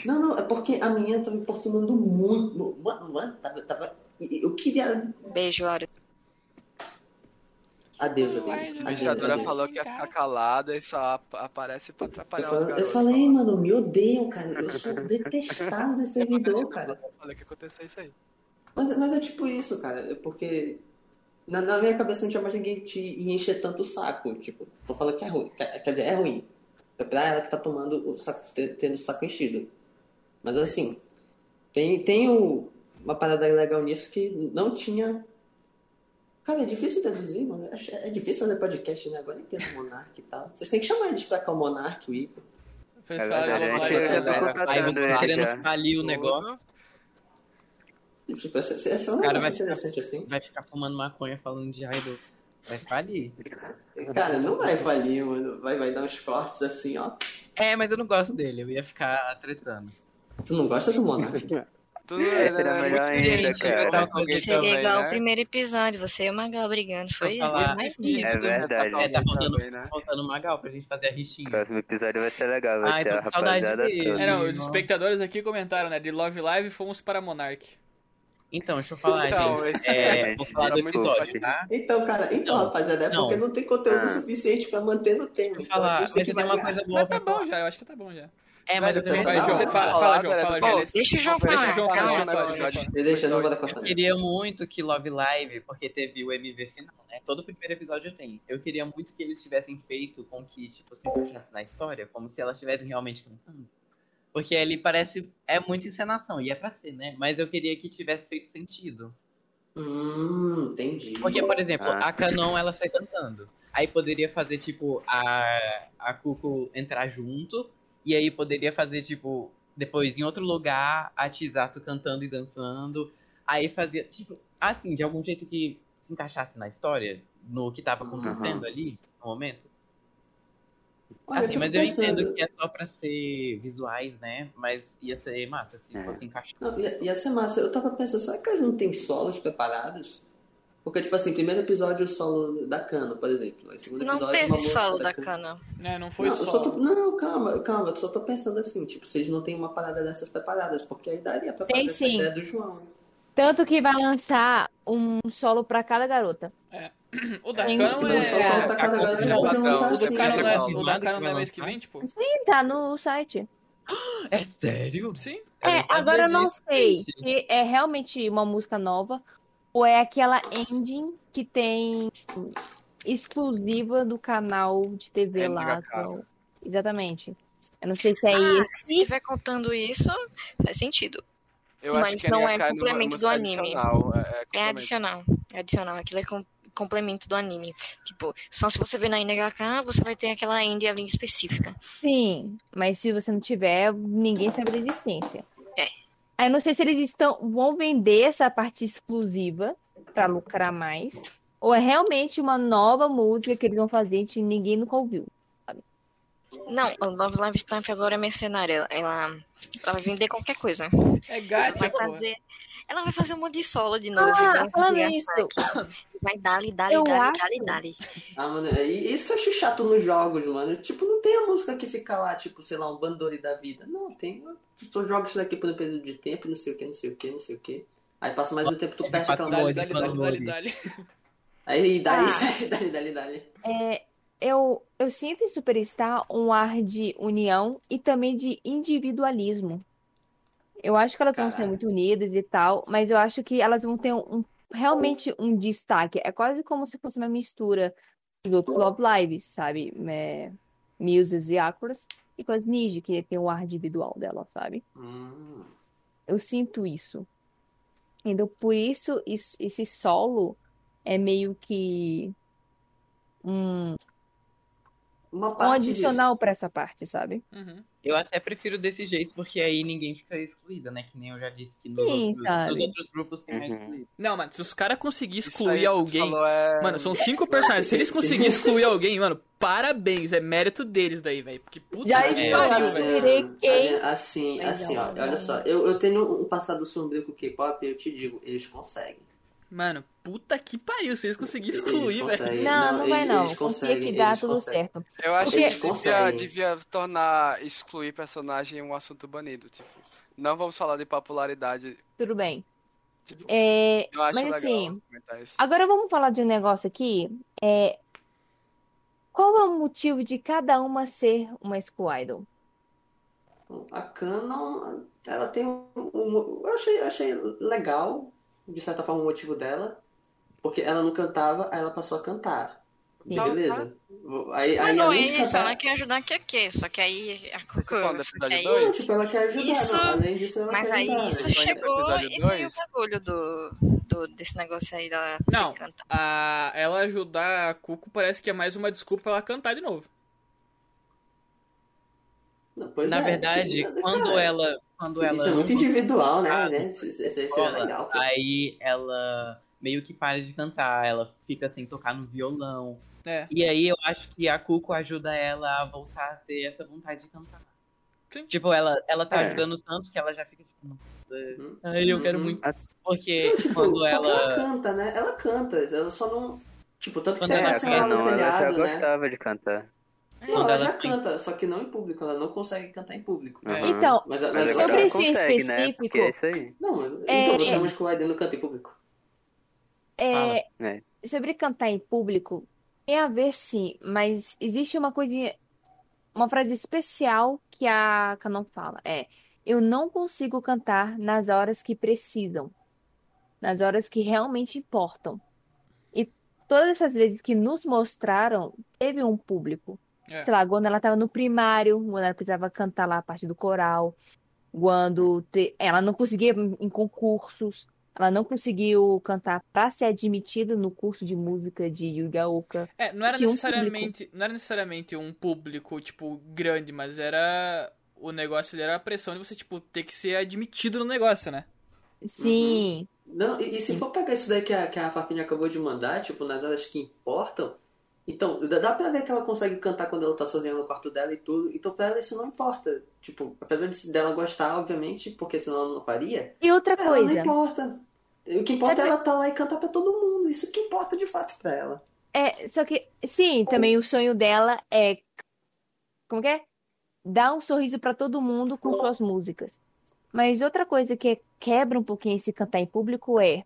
G: Não, não, é porque a menina tava importunando muito. Mano, mano, tava. tava... e- Eu queria.
E: Beijo, Aura.
G: Adeus, adeus.
A: Ai,
G: adeus,
D: A
A: administradora
D: administradora
G: adeus.
D: falou que ia ficar calada e só ap- aparece pra
G: Eu
D: atrapalhar os
G: falei, eu
D: garotos.
G: falei, mano, me odeiam, cara. Eu sou detestável esse servidor, cara.
D: Eu falei que aconteceu isso aí.
G: Mas, mas é tipo isso, cara, é porque na, na minha cabeça não tinha mais ninguém te ia encher tanto o saco. Tipo, tô falando que é ruim. Quer, quer dizer, é ruim. É pra ela que tá tomando o saco, te- tendo o saco enchido. Mas assim, tem, tem o- uma parada legal nisso que não tinha. Cara, é difícil deduzir, mano. É, é difícil fazer podcast, né? Agora entendo o Monark e tal. Vocês têm que chamar eles pra cá o Monark, o Ico.
A: Pessoal,
F: É verdade,
C: Então,
A: ela
F: gente,
A: vai-
F: eu já tô
A: ela-
F: contratando
C: Aí você
F: ele
C: tá
F: já.
C: querendo falir o negócio,
G: Tipo, esse, esse- esse é um
C: Cara,
G: negócio
C: vai-
G: interessante assim.
C: vai ficar fumando maconha falando de idols. Vai falir.
G: Cara, não vai valer, mano. Vai, vai dar uns cortes assim, ó.
C: É, mas eu não gosto dele, eu ia ficar tretando.
G: Tu não gosta do Monark?
C: Então,
D: Tudo
F: É, seria
D: muito
F: melhor ainda,
D: diferente,
F: cara.
D: né, tá com alguém
E: Seria
D: também,
E: igual o
D: né?
E: primeiro episódio, você e o Magal brigando. Foi
C: Vou falar.
E: mais um
D: Isso,
E: lindo.
D: né, tá
F: É verdade.
D: com
C: É, tá
D: alguém
C: faltando-
D: também, né?
C: Faltando o Magal pra gente fazer a rixinha.
F: Próximo episódio vai ser legal, vai
C: Ai,
F: ter
C: tô
F: a
C: com saudade
F: rapaziada
C: dele.
F: toda.
A: É, não, os
C: Não.
A: espectadores aqui comentaram, né? De Love Live fomos para Monark.
C: Então, deixa eu falar,
D: Então,
C: gente.
D: esse
C: É,
F: podcast
C: vou falar do
F: tá muito
C: episódio,
F: forte.
C: tá?
G: Então, cara, então,
C: Não.
G: rapaziada, é porque
C: Não.
G: não tem conteúdo
F: Ah.
G: suficiente pra manter no tema.
C: Deixa eu
G: Então, a
C: falar,
G: gente tem
C: mas
G: que
C: tem uma
G: variar.
C: coisa boa.
A: Mas tá
C: pra
A: bom
C: falar.
A: já, eu acho que tá bom já.
C: É, mas eu também
A: Vai,
G: Não,
A: João,
G: não,
A: fala,
D: não,
A: fala,
D: não,
A: João,
D: não,
A: fala,
D: não,
A: João.
D: não,
E: Deixa o João
A: Deixa o
E: falar.
A: João
E: calma.
A: falar, João
D: Não,
A: fala, João
D: episódio.
A: fala.
G: Deixa, eu não vou dar
C: Eu
G: conta.
C: queria muito que Love Live, porque teve o MV final, né? Todo primeiro episódio tem. Eu queria muito que eles tivessem feito com que, tipo, se encaixasse na história, como se elas estivessem realmente cantando. Porque ele parece. É muita encenação, e é pra ser, né? Mas eu queria que tivesse feito sentido.
G: Hum, entendi.
C: Porque, é por exemplo,
F: Ah,
C: a
F: sim.
C: Canon, ela sai cantando. Aí poderia fazer, tipo, a, a Cuco entrar junto. E aí poderia fazer, tipo, depois em outro lugar, a Tisato cantando e dançando. Aí fazia, tipo, assim, de algum jeito que se encaixasse na história, no que tava acontecendo ali, no momento.
G: Olha,
C: assim,
G: fico
C: mas eu
G: pensando-
C: entendo que é só pra ser visuais, né? Mas ia ser massa se
F: É.
C: fosse encaixado.
G: Não, ia, ia ser massa. Eu tava pensando, será que eles não tem solos preparados? Porque, tipo assim, primeiro episódio o solo da Cano, por exemplo. Aí segundo
E: Não
G: episódio é uma
E: teve
G: música
E: solo da
G: Cano.
E: cana.
A: É, não foi
G: não, eu
A: só.
G: só tô- não, calma, calma, eu só tô pensando assim, tipo, vocês não têm uma parada dessas preparadas, porque aí daria pra fazer
B: Tem
G: essa
B: sim.
G: ideia do João. né?
B: Tanto que vai lançar um solo pra cada garota.
A: O da
B: Sim,
G: Se
A: Canon
G: não,
A: é.
G: só solta cada
C: é,
G: galera,
D: é,
G: não
D: é,
G: podiam lançar
D: é,
A: O
G: assim.
A: da Canon não é, o da
C: Confirmado que
A: Canon não é
C: vai
A: mês que
C: lançar?
A: vem, tipo?
B: Sim, tá no site.
C: É sério?
A: Sim.
C: Eu
B: É,
C: não sabia
B: agora eu não
C: disso,
B: sei
C: gente.
B: se é realmente uma música nova ou é aquela ending que tem exclusiva do canal de TV
D: Ending
B: lá.
D: da Carol.
B: qual- Exatamente. Eu não sei se é
E: Ah, se
B: esse.
E: estiver contando isso, faz sentido.
D: Eu
E: Mas
D: acho que
E: não
D: a
E: é
D: Niakai uma
E: complemento
D: música
E: do anime.
D: adicional, É, é
E: É
D: complemento.
E: adicional. É adicional. Aquilo é com- complemento do anime. Tipo, só se você vê na NHK, você vai ter aquela end ali específica.
B: Sim, mas se você não tiver, ninguém sabe da existência.
E: É.
B: Aí eu não sei se eles estão vão vender essa parte exclusiva pra lucrar mais ou é realmente uma nova música que eles vão fazer que ninguém nunca ouviu.
E: Não, o Love Live Stamp agora é mercenária. Ela, ela vai vender qualquer coisa.
A: É
E: Ela
A: gacha,
E: vai
A: pô.
E: fazer. Ela vai fazer um monte de solo de novo. então,
B: Ah,
E: vai
B: falando
E: engraçar.
B: isso,
E: Vai dali, dali,
B: Eu
E: dali,
B: acho.
E: dali, dali.
G: Ah, mano, é e isso que eu acho chato nos jogos, mano. Tipo, não tem a música que fica lá, tipo, sei lá, um bandori da vida. Não, tem. Tu joga isso daqui por um período de tempo, não
A: É
G: sei o que, não sei o que, não sei o que. Aí passa mais um tempo, tu perde aquela
A: Dali,
G: música.
A: dali, dali,
C: Falou,
A: dali,
C: Yuri.
A: dali.
G: Aí, dali,
B: Ah.
G: dali, dali, dali.
B: É, eu, eu sinto em Superstar um ar de união e também de individualismo. Eu acho que elas vão ser
G: Caraca.
B: muito unidas e tal, mas eu acho que elas vão ter um, realmente um destaque. É quase como se fosse uma mistura de outros Love Lives, sabe? É, Muses e Aquas, e com as Niji, que tem o ar individual dela, sabe?
G: Hum.
B: Eu sinto isso. Então, por isso, isso- esse solo é meio que um,
G: Uma
B: um
G: parte
B: adicional
G: disso.
B: pra essa parte, sabe?
A: Uhum.
C: Eu até prefiro desse jeito, porque aí ninguém fica excluída, né? Que nem eu já disse que nos,
B: Sim,
C: outros,
B: sabe?
C: nos outros grupos tem mais
F: Uhum.
C: excluído.
A: Não, mano, se os caras conseguirem
D: Isso
A: excluir
D: aí que tu
A: alguém.
D: falou é-
A: Mano, são cinco personagens. Se eles
G: Sim.
A: conseguirem excluir alguém, mano, parabéns. É mérito deles daí, velho. Porque puta
B: Já
A: que
B: ia
A: pariu,
B: falar,
A: velho.
B: assim, irei
G: É, olha,
B: quem-
G: assim,
B: Mas
G: assim,
B: não,
G: ó,
B: não.
G: olha só, eu, eu tenho um passado sombrio com o K-pop e eu te digo, eles conseguem.
A: Mano, puta que pariu. Se eles conseguirem
G: Eles
A: excluir, velho.
G: conseguem,
B: Não, não vai
G: eles-
B: não.
G: eles
B: Confia que
G: conseguem,
B: dá
G: eles
B: tudo
G: conseguem.
B: certo.
D: Eu acho
B: Porque-
D: que devia,
G: Consegue.
D: devia tornar excluir personagem um assunto banido, tipo. Não vamos falar de popularidade.
B: Tudo bem.
D: Tipo,
B: É,
D: eu acho
B: mas
D: legal
B: assim,
D: comentar isso.
B: agora vamos falar de um negócio aqui. É, qual é o motivo de cada uma ser uma school idol?
G: A Canon, ela tem um. um- eu achei, eu achei legal, de certa forma, o motivo dela. Porque ela não cantava, aí ela passou a cantar.
B: Sim.
G: Beleza. Aí,
E: Mas
G: aí
E: não é
G: além de
E: isso,
G: cantar.
E: ela quer ajudar que é quê? Só que aí a
D: Vocês estão falando
E: Coco,
D: do
E: só que
D: episódio
E: aí-
D: dois?
G: Não, tipo, ela quer ajudar.
E: Isso-
G: não. Além disso, ela
E: Mas
G: quer
E: aí
G: ajudar.
E: isso
D: Mas foi no
E: chegou
D: episódio
E: e foi o
D: dois?
E: bagulho do, do- desse negócio aí da
A: Não.
E: se cantar.
A: A, ela ajudar a Cuco parece que é mais uma desculpa pra ela cantar de novo.
G: Não, pois
C: Na
G: é,
C: verdade,
G: sim,
C: quando
G: cara,
C: ela. Quando ela
G: Isso é
C: não
G: muito individual, né?
C: Ah,
G: né? Isso, isso, isso é
C: escola,
G: legal. pô.
C: aí ela meio que para de cantar, ela fica sem tocar no violão.
A: É.
C: E aí eu acho que a Cuco ajuda ela a voltar a ter essa vontade de cantar.
A: Sim.
C: Tipo, ela, ela tá
F: É.
C: ajudando tanto que ela já fica tipo.
G: Hum.
C: Aí eu quero
G: Uhum.
C: muito.
F: A-
C: Porque
G: Tipo,
C: quando
G: porque ela
C: ela.
G: canta, né? Ela canta, ela só não. Tipo, tanto que
C: Quando
G: tem
C: ela
G: a cena lá
C: canta,
G: no
F: não, É, ela já
G: telhado, né?
F: gostava de cantar.
G: Não,
C: Quando
G: ela
C: ela
G: já
C: tem-
G: canta, só que não em público, ela não consegue cantar em público.
F: Uhum.
B: Então,
G: Mas, mas,
F: Mas
B: Sobre
F: agora ela
B: isso em
F: consegue, né?
B: específico-
F: Porque é isso aí.
G: Não,
B: É,
G: então você
B: é.
G: é muscular e não canta em público.
B: É,
F: Fala. É.
B: sobre cantar em público, tem a ver sim, mas existe uma coisinha, uma frase especial que a Canon fala, é, eu não consigo cantar nas horas que precisam, nas horas que realmente importam. E todas essas vezes que nos mostraram, teve um público.
A: É.
B: Sei lá, quando ela estava no primário, quando ela precisava cantar lá a parte do coral, quando te- ela não conseguia em em concursos, ela não conseguiu cantar para ser admitida no curso de música de Yugaoka.
A: É, não era
B: Tinha um
A: necessariamente, não era necessariamente um público, tipo, grande, mas era o negócio, ele era a pressão de você, tipo, ter que ser admitido no negócio, né?
G: Uhum.
B: Sim,
G: Não, e, e se for pegar isso daí que a, que a Fapinha acabou de mandar, tipo, nas horas que importam, então, dá, dá pra ver que ela consegue cantar quando ela tá sozinha no quarto dela e tudo, então pra ela isso não importa. Tipo, apesar de, dela gostar, obviamente, porque senão ela não faria,
B: E outra
G: pra ela não
B: É coisa,
G: importa. O que importa
B: Sabe-
G: é ela tá lá e cantar pra todo mundo, isso que importa de fato pra ela.
B: é, só que sim, também o sonho dela é como que é? Dar um sorriso para todo mundo com suas músicas. Mas outra coisa que quebra um pouquinho esse cantar em público é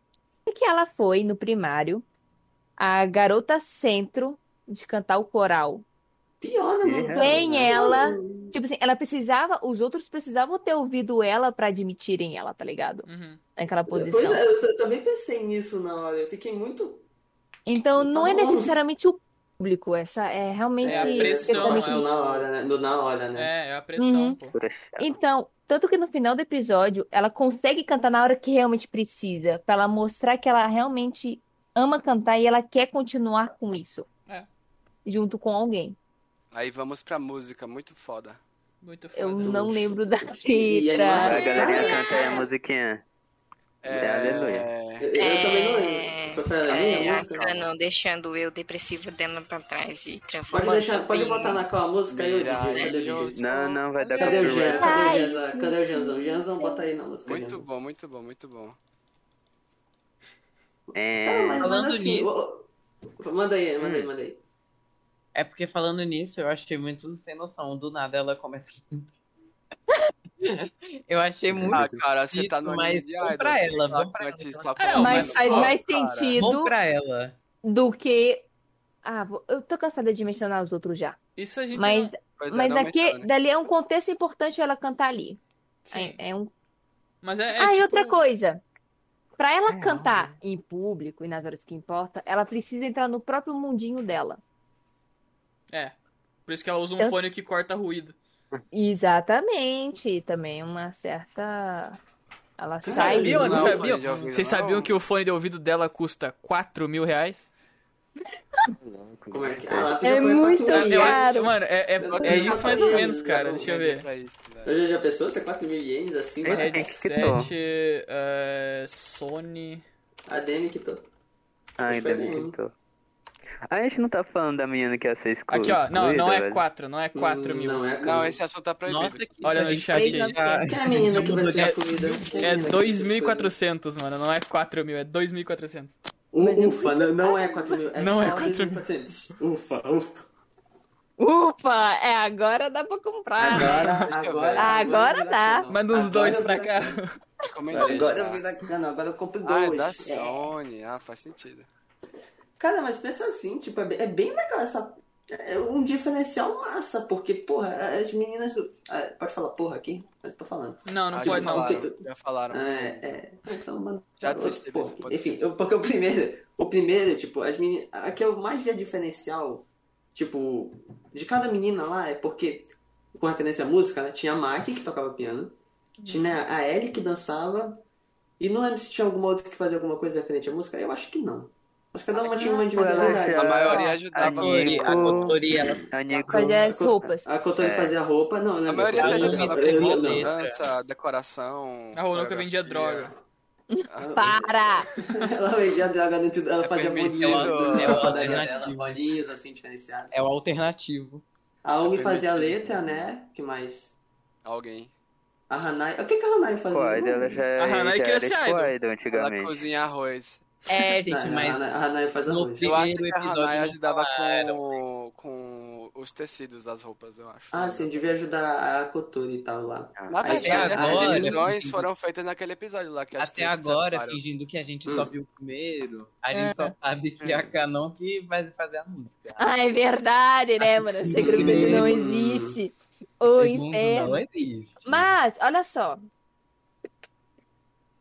B: que ela foi no primário a garota centro de cantar o coral.
G: Pior, né?
F: Ih,
G: Não,
B: Sem
G: não-
B: ela, Tipo assim, ela precisava, os outros precisavam ter ouvido ela pra admitirem ela, tá ligado?
A: Uhum.
B: Naquela posição.
G: Pois é, eu também pensei nisso na hora, eu fiquei muito
B: Então não é
G: Então-
B: necessariamente o público, essa é realmente
A: É, a pressão,
B: questão
A: é
B: de-
A: o-
G: do na hora, né? Do na hora, né?
A: É, é a pressão,
B: Uhum.
A: pô.
F: Pura chata.
B: Então, tanto que no final do episódio, ela consegue cantar na hora que realmente precisa, pra ela mostrar que ela realmente ama cantar e ela quer continuar com isso.
A: É.
B: Junto com alguém.
D: Aí vamos pra música, muito foda.
A: Muito foda.
B: Eu não
G: Justo.
B: lembro da
G: E
B: letra.
F: Agora
G: animação.
F: a galerinha canta aí a musiquinha. É, aleluia.
G: Eu, eu também não
E: É,
G: lembro. Foi pra
E: É,
G: ela, a
E: a
G: música?
E: Canon deixando eu depressivo dela pra trás e
G: Pode,
E: transformando.
G: deixar, pode
E: em-
G: botar naquela música aí, ô DJ. Cadê o DJ?
F: Não, não, vai dar
G: Cadê o
F: copyright.
G: Jean? Cadê o Jeanzão? Cadê o Jeanzão? Jeanzão, bota aí na música.
D: Muito
G: Jeanzão.
D: bom, muito bom, muito bom.
G: Ah,
F: É.
G: mas, mas
C: Falando
G: assim, ô, ô, manda aí, manda aí,
F: Hum.
G: manda aí.
C: É porque falando nisso, eu achei muito sem noção. Do nada ela começa. a cantar. eu achei muito.
D: Ah, cara, você
C: Isso,
D: tá no anime
C: mas
D: de
C: vou
D: idol.
C: pra
D: você
C: ela,
D: tem que
C: vou
D: falar um
C: pra
D: que
C: ela.
D: só
C: Ah, não,
D: pra
B: Mas
D: ela.
B: faz
D: Ó,
B: mais
D: cara.
B: sentido.
C: Bom pra ela.
B: do que. Ah, vou- eu tô cansada de mencionar os outros já.
A: Isso a gente.
B: Mas,
A: não-
D: Pois é,
B: mas
D: não
B: daqui,
D: aumentou, né?
B: dali é um contexto importante ela cantar ali.
A: Sim.
B: É, é um...
A: Mas é. é
B: ah, e
A: tipo-
B: outra coisa. Pra
C: É,
B: ela cantar em público e nas horas que importa, ela precisa entrar no próprio mundinho dela.
A: É. Por isso que ela usa um
B: Eu-
A: fone que corta ruído.
B: Exatamente. Também uma certa. Ela
A: Vocês
B: sai.
A: sabiam?
D: Não,
A: Vocês
D: fone
A: sabiam?
D: de ouvido,
A: Vocês
D: não.
A: sabiam que o fone de ouvido dela custa 4 mil reais?
D: Como é que é?
G: Ah,
B: É muito
A: Ah, eu acho-
B: Claro.
A: mano, é, é, é isso mais ou menos, cara. Deixa eu ver.
D: Pra isso, velho.
G: Hoje já pensou? Você é 4 mil ienes assim?
F: É,
G: mano?
F: Kitou.
A: Headset. eh, Sony.
G: ADM que tô.
F: Ainda me pintou. A gente não tá falando da menina que ia ser exclu-
A: Aqui, ó. Não, não é
F: excluída,
A: 4, não é 4 mil.
G: Não, é
D: Não,
G: quatro.
D: esse assunto tá proibido.
C: Nossa, que
A: Olha
C: isso,
A: no
C: a gente
A: chat
C: fez
B: aí.
C: já-
G: Que é a menina que vai ser
A: É-
G: excluída? Que
A: É
G: menina que vai ser excluída?
A: 2.400, mano. Não é 4 mil, é 2.400.
G: U- Ufa, não, não é 4 mil. É
A: Não
G: só
A: é 4 mil.
G: 4.400. Ufa, ufa.
B: Ufa! É agora dá pra comprar. né?
A: Ah,
G: Agora,
D: deixa eu ver.
G: agora.
B: Agora
G: eu vou
B: dá.
G: dar cano.
A: Manda uns
G: Ah, Agora
A: dois
G: eu
A: pra
G: vou
A: cá.
G: dar cano.
D: Recomendei.
G: Agora eu vou dar cano, agora eu compro
D: Ah, é
G: dois.
D: da
G: É.
D: Sony. Ah, faz sentido.
G: Cara, mas pensa assim, tipo, é bem, é bem legal essa. É um diferencial massa, porque, porra, as meninas do. ah, pode falar, porra, aqui? Eu tô falando.
A: Não, não
D: Ah,
A: pode
D: já
A: não.
D: falaram. Já falaram.
G: É, é. Então, mano.
D: Já
G: outro,
D: desisti
G: porra,
D: desse podcast.
G: enfim, eu- porque o primeiro. O primeiro, tipo, as meninas. A que eu mais via diferencial, tipo, de cada menina lá é porque, com referência à música, né, tinha a Maki que tocava piano, tinha a Ellie que dançava, e não lembro se tinha alguma outra que fazia alguma coisa referente à música. Eu acho que não. Mas cada uma tinha uma individualidade.
D: A
F: Ah,
D: maioria
C: A
D: ajudava.
C: Cotori, a Cotori, ela
F: velho. A Nico-
B: Fazer as roupas.
G: A Cotori
F: É.
G: fazia roupa, não, né?
D: A maioria
G: eu
D: se
C: Ela
G: fazia
C: não
D: ajudava.
G: roupa,
C: vendia
G: eu
D: Pegou
G: não.
C: letra.
D: dança, decoração.
A: A Ronoca Ah, vendia
D: coreografia.
A: droga.
B: Tá. Para!
G: Ela vendia droga dentro dela,
D: É
G: fazia né,
D: permitido,
G: bolinhas na-
D: é
G: na
D: o
G: padaria
C: alternativo.
G: dela, bolinhas assim diferenciadas.
C: é o alternativo.
G: A Umi
D: É
G: fazia a
D: permitido.
G: letra, né? que mais?
D: Alguém.
G: A Hanai. O que, que a Hanai fazia?
F: Squad, ela já,
A: A Hanai
F: já
A: queria
F: era
A: ser idol.
F: Squad
D: Ela
F: antigamente.
D: cozinha arroz.
C: É,
G: Não,
C: gente,
G: não,
C: mas
G: a Hanai- a Hanai faz
C: No
G: arroz.
C: fim-
D: Eu acho que
C: Primeiro
D: a
C: episódio
D: Hanai
C: não
D: ajudava com, com os tecidos das roupas, eu acho.
G: Ah, sim, devia ajudar a Kotori e tal lá.
D: Na
G: Aí
D: verdade,
G: até
D: né? as
G: agora-
D: decisões foram feitas naquele episódio lá. Que as
C: até
D: três se
C: agora,
D: separaram.
C: fingindo que a gente
G: Hum.
C: só viu o primeiro, a gente só sabe que é a Canon que vai fazer a música.
B: Ah, é verdade, né, mano?
C: Sim.
B: Esse grupo que não existe.
C: O
B: O
C: segundo
B: inferno.
C: não existe.
B: é. Mas, olha só.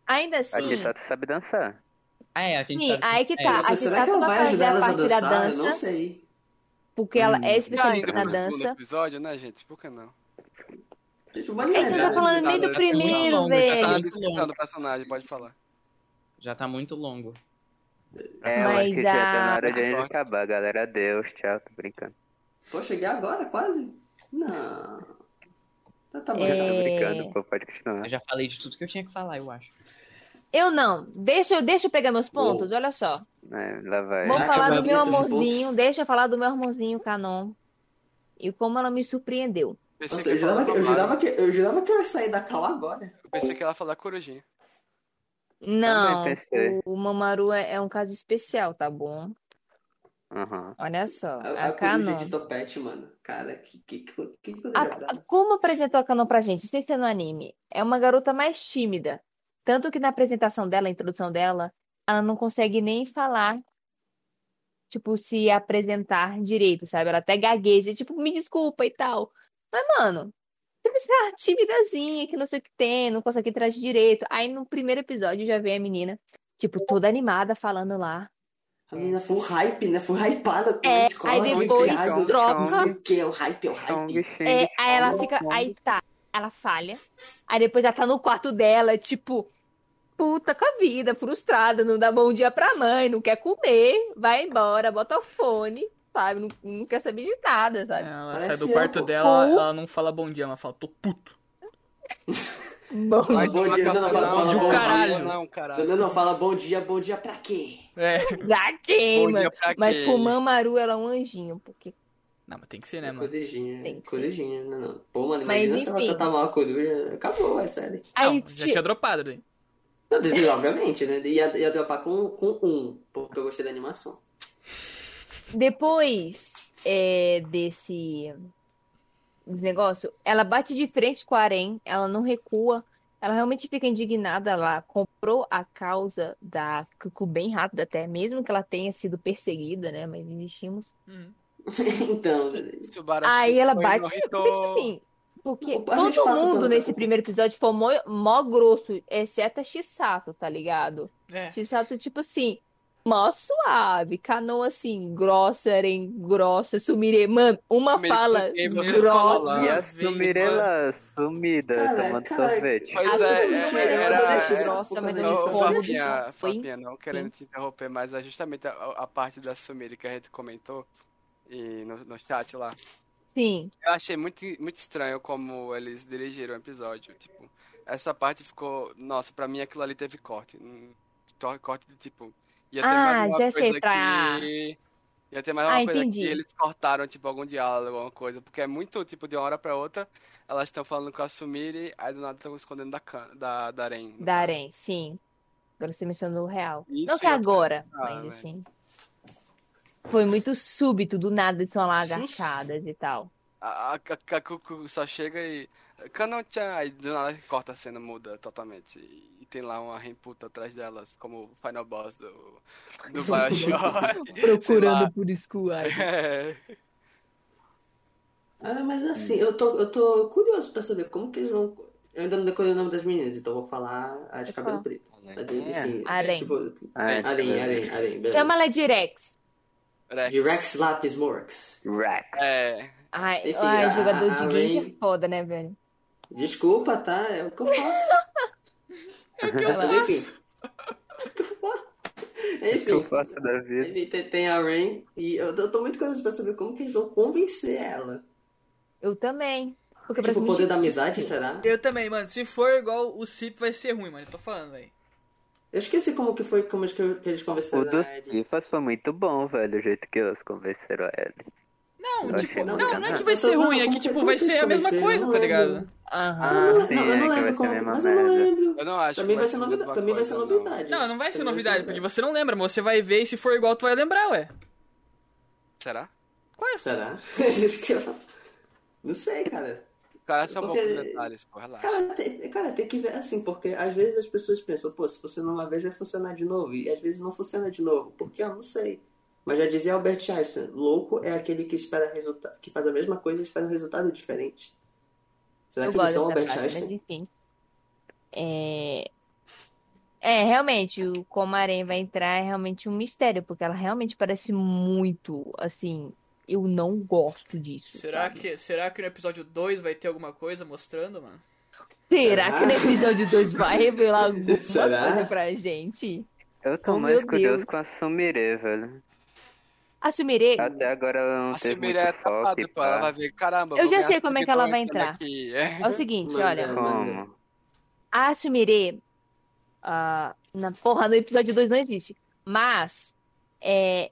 B: Ainda assim.
F: A Tissato sabe dançar.
C: Ah, é, a gente
B: Sim,
C: sabe
B: aí que tá.
C: É,
G: Nossa,
B: a
G: será
B: Tissato
G: que ela
B: vai
G: vai
B: fazer
G: ajudar
B: a
G: elas a
B: parte da
G: dançar? Eu não
B: dança,
G: sei.
B: porque ela é
D: Ah,
B: especialista
D: ainda
B: na
D: pro segundo
B: dança.
D: episódio, né, gente? Por que não?
G: Gente, o
B: A
G: Bonnie
B: gente não tá
G: né?
B: falando nem do
D: Tá
B: primeiro,
C: muito longe,
D: Já tá na
B: velho.
C: É, Muito
D: descrição
C: longo.
D: do personagem, pode falar.
C: já tá muito longo.
F: É, eu
B: Mas
F: acho que já tá
B: a-
F: na hora de a gente acabar, galera. Adeus, tchau, tô brincando.
G: Pô, cheguei agora, quase? Não. Tá, tá bom,
F: Eu
B: É.
G: já.
F: tô brincando, pô, pode continuar.
C: Eu já falei de tudo que eu tinha que falar, eu acho.
B: Eu não. Deixa eu, deixa eu pegar meus pontos, olha só.
F: É, lá vai.
B: Vou
G: Caraca,
B: falar
G: vai
B: do meu
G: muitos
B: amorzinho,
G: pontos.
B: deixa eu falar do meu amorzinho Canon. E como ela me surpreendeu.
D: Pensei
G: Nossa,
D: que
G: eu
D: ia falar
G: jurava que, eu,
D: Tomara.
G: jurava que, eu jurava que eu ia sair da cal agora.
D: Eu pensei que ela ia falar corujinha.
B: Não,
F: pensei.
B: o Mamaru é, é um caso especial, tá bom?
F: Aham.
B: Olha só, a,
G: A, a coruja
B: Canon.
G: de topete, mano. Cara, que que, que, que
B: A-
G: poderia
B: a-
G: dar?
B: como apresentou a Canon pra gente, sem ser no anime, é uma garota mais tímida. Tanto que na apresentação dela, a introdução dela, ela não consegue nem falar, tipo, se apresentar direito, sabe? Ela até gagueja, tipo, me desculpa e tal. Mas, mano, você precisa timidazinha, que não sei o que tem, não consegue interagir direito. Aí no primeiro episódio já vem a menina, tipo, toda animada falando lá.
G: A menina foi um hype, né? Foi hypada com
B: É,
G: a escola.
B: aí depois
G: hypeado,
F: troca.
B: Então,
G: Não sei o que, é o hype, é o
F: um
G: hype.
B: É, aí ela fica. Aí tá, ela falha. Aí depois ela tá no quarto dela, tipo, puta com a vida, frustrada, não dá bom dia pra mãe, não quer comer, vai embora, bota o fone, sabe? Não, não quer saber de nada,
A: É,
B: sabe?
A: Ela
G: Parece
A: sai do
G: eu,
A: quarto
G: pô.
A: dela,
B: Ou-
A: ela não fala bom dia, ela fala, tô puto.
B: Bom,
D: Vai
G: Bom
D: tomar
G: dia,
D: café,
G: não, fala-
D: não,
G: fala
A: de um
D: não,
A: caralho.
D: Não,
G: Não,
D: caralho.
G: não, não, fala bom dia, bom dia pra quê?
A: É.
B: já
D: Bom
B: queima.
D: dia pra
B: Mas
D: quê?
B: pro Mamaru ela é um anjinho, porque.
A: Não, mas tem que ser, né, mano?
G: Corujinha,
B: Tem que
G: corujinha, não, não. Pô, mano,
B: Mas
G: imagina se ela
B: enfim.
G: tratar mal a coruja. Acabou, é sério.
A: Não,
B: Aí,
A: já
B: ti-
A: tinha dropado, né?
G: Não, deve- obviamente, né? Ia, ia dropar com, com um, porque eu gostei da animação.
B: depois é, desse, desse negócio, ela bate de frente com a Arém, ela não recua, Ela realmente fica indignada, ela comprou a causa da Cucu bem rápido até, mesmo que ela tenha sido perseguida, né? Mas desistimos.
A: Uhum.
G: Então,
D: Tsubarashi
B: Aí ela
D: foi
B: bate,
D: no
B: porque,
D: Hitô.
B: tipo assim, porque
G: A gente
B: todo
G: passa
B: mundo
G: pelo-
B: nesse primeiro episódio foi mó, mó grosso, exceto a Shisato, tá ligado?
A: É.
B: Shisato, tipo assim, mó suave, canoa assim, grossa, eren, grossa, sumire, mano, uma
D: Primeiro
B: fala
D: porque você
B: grossa.
D: falou.
F: E
D: Ah,
F: a Sumirela sumida
G: Cara,
F: tomando
G: cara,
F: sorvete.
B: A
D: Pois
B: Cucu
D: é,
B: não
D: é,
B: era
D: era,
B: exatamente
D: era-
B: grossa, mas
G: Ô,
B: ele
D: Ô,
G: Fabinha,
B: incômodo de
D: Fabinha,
B: foi
D: Fabinha, não querendo te interromper, mas é justamente a, a parte da Sumiri que a gente comentou e no, no chat lá.
B: sim.
D: Eu achei muito, muito estranho como eles dirigiram o episódio. Tipo, essa parte ficou. Nossa, pra mim aquilo ali teve corte. Hum, to- Corte de tipo. Ia ter
B: Ah,
D: mais uma
B: já
D: coisa
B: sei, pra-
D: aqui. Ia ter mais uma
B: Ah,
D: coisa
B: entendi.
D: aqui. Eles cortaram, tipo, algum diálogo, alguma coisa. Porque é muito, tipo, de uma hora pra outra, elas estão falando com a Sumiri, aí do nada estão escondendo da, can... da, da Aren. no
B: Da
D: caso.
B: Arém, sim. Agora você mencionou o real.
D: Isso
B: Não que
D: eu tô-
B: agora,
D: Ah,
B: mas
D: velho.
B: assim. Foi muito súbito, do nada eles estão lá
A: Sus.
B: agachadas e tal.
D: A, a, a- a Cucu só chega e. Canoncha! Aí do nada corta a cena, muda totalmente. E, e tem lá uma remputa atrás delas, como o final boss do, do Bioshock.
B: Procurando por escuar.
D: É,
G: Ah, mas assim, eu tô, eu tô curioso pra saber como que eles vão. Eu ainda não decorei o nome das meninas, então eu vou falar a
B: Pode
G: de
B: falar.
G: cabelo preto. A de,
F: É.
G: assim,
B: Arém.
G: Tipo,
F: Ah, é.
G: Arém, Arém, Arém, beleza.
B: Chama ela de Rex.
D: Rex.
G: De Rex Lapis Morx.
F: Rack.
D: É. ah,
B: Ai,
G: Enfim,
B: ai,
G: a-
B: jogador
G: a
B: de guincha
G: Rain-
B: é foda, né, velho?
G: Desculpa, tá? É o que eu faço. Mas enfim. É
F: O que eu
G: Enfim.
F: faço da vida?
G: Enfim, tem, tem a Rain e eu, tô- eu tô muito curioso pra saber como que eles vão convencer ela.
B: Eu também. Porque
G: Tipo,
B: praticamente-
G: o poder da amizade, será?
A: Eu também, mano. Se for igual o Cip, vai ser ruim, mano. Eu tô falando, velho.
G: Eu esqueci como que foi, como que, que eles
F: O
G: conversaram.
F: dos
G: né, de-
F: Tifas foi muito bom, velho, o jeito que elas convenceram a Ellie.
A: Não,
F: Eu
A: tipo,
F: achei
A: não,
F: legal,
A: não é que
F: né?
A: vai ser
G: Não,
A: ruim, é que,
G: como que-
A: tipo,
G: como
A: vai
G: que
A: ser
G: eles
A: a mesma
G: convenceram?
A: coisa,
G: Não
A: tá
G: lembro.
A: ligado?
B: Aham.
F: Ah,
G: Não,
F: sim,
G: não, eu
F: é
G: não
F: que vai
G: lembro
F: ser a
G: como que.
F: mesma
G: Mas eu não
F: merda.
G: lembro.
D: Eu não acho
G: Também
D: que
G: vai ser
D: a mesma
G: novidade. Também vai
D: coisa,
G: ser novidade.
A: Não, não vai ser
G: Também
A: novidade, porque você não lembra, mas você vai ver e se for igual, tu vai lembrar, ué.
D: Será?
G: Será? É Isso que eu falo. Não sei, cara.
D: Cara, são
G: Porque-
D: poucos detalhes, pô, relaxa.
G: Cara tem, cara, tem que ver assim, porque às vezes as pessoas pensam, pô, se funcionou uma vez vai funcionar de novo, e às vezes não funciona de novo, porque eu não sei. Mas já dizia Albert Einstein, louco é aquele que espera resultado, que faz a mesma coisa e espera um resultado diferente. Será
B: Eu
G: que
B: gosto
G: eles são
B: dessa
G: Albert
B: frase, né? mas
G: Einstein?
B: enfim. É... é, realmente, o como a Arém vai entrar é realmente um mistério, porque ela realmente parece muito, assim, eu não gosto disso.
A: Será
G: Tá.
B: sabe?
A: que, será que no episódio 2 vai ter alguma coisa mostrando, mano?
B: Será que no episódio 2 vai revelar alguma
G: Será?
B: coisa pra gente?
F: Eu tô
B: Oh,
F: mais
B: meu
F: curioso
B: Deus.
F: com a Sumire, velho.
B: Assumirei?
F: Até agora ela não
D: A
F: teve
D: Sumiri
F: muito
D: é
F: foco
D: tapada,
F: e
D: pô. Ela vai
F: pá.
D: ver, caramba.
B: Eu
D: vou
B: já
D: ganhar
B: sei como é
D: tudo
B: que ela
D: tão
B: vai
D: entrando
B: entrar.
D: Aqui. É.
B: É o seguinte,
G: Mano,
B: olha.
F: Como?
B: A Sumire. ah, na porra, no episódio 2 não existe. Mas. É.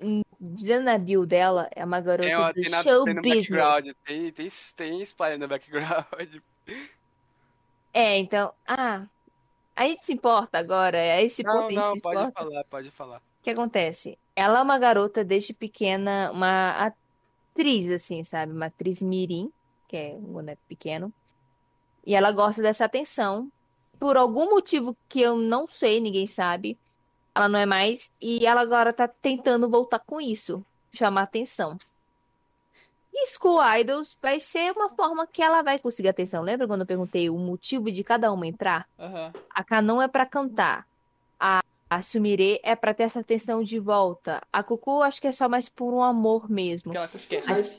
B: hum, Dizendo na bio dela, é uma garota
D: Tem, ó,
B: do né?
D: tem, na,
B: show
D: tem no
B: business.
D: background, tem, tem, tem spoiler no background.
B: É, então. Ah. A gente se importa agora. É esse ponto
D: Não,
B: a gente
D: não,
B: se
D: pode
B: importa.
D: falar, pode falar.
B: O que acontece? Ela é uma garota desde pequena, uma atriz, assim, sabe? Uma atriz mirim, que é um boneco pequeno. E ela gosta dessa atenção. Por algum motivo que eu não sei, ninguém sabe. Ela não é mais. E ela agora tá tentando voltar com isso. Chamar atenção. E School Idols vai ser uma forma que ela vai conseguir atenção. Lembra quando eu perguntei o motivo de cada uma entrar?
A: Aham.
B: A Kanon é pra cantar. A, a Sumire é pra ter essa atenção de volta. A Cucu acho que é só mais por um amor mesmo.
A: Porque ela quer.
G: Mas,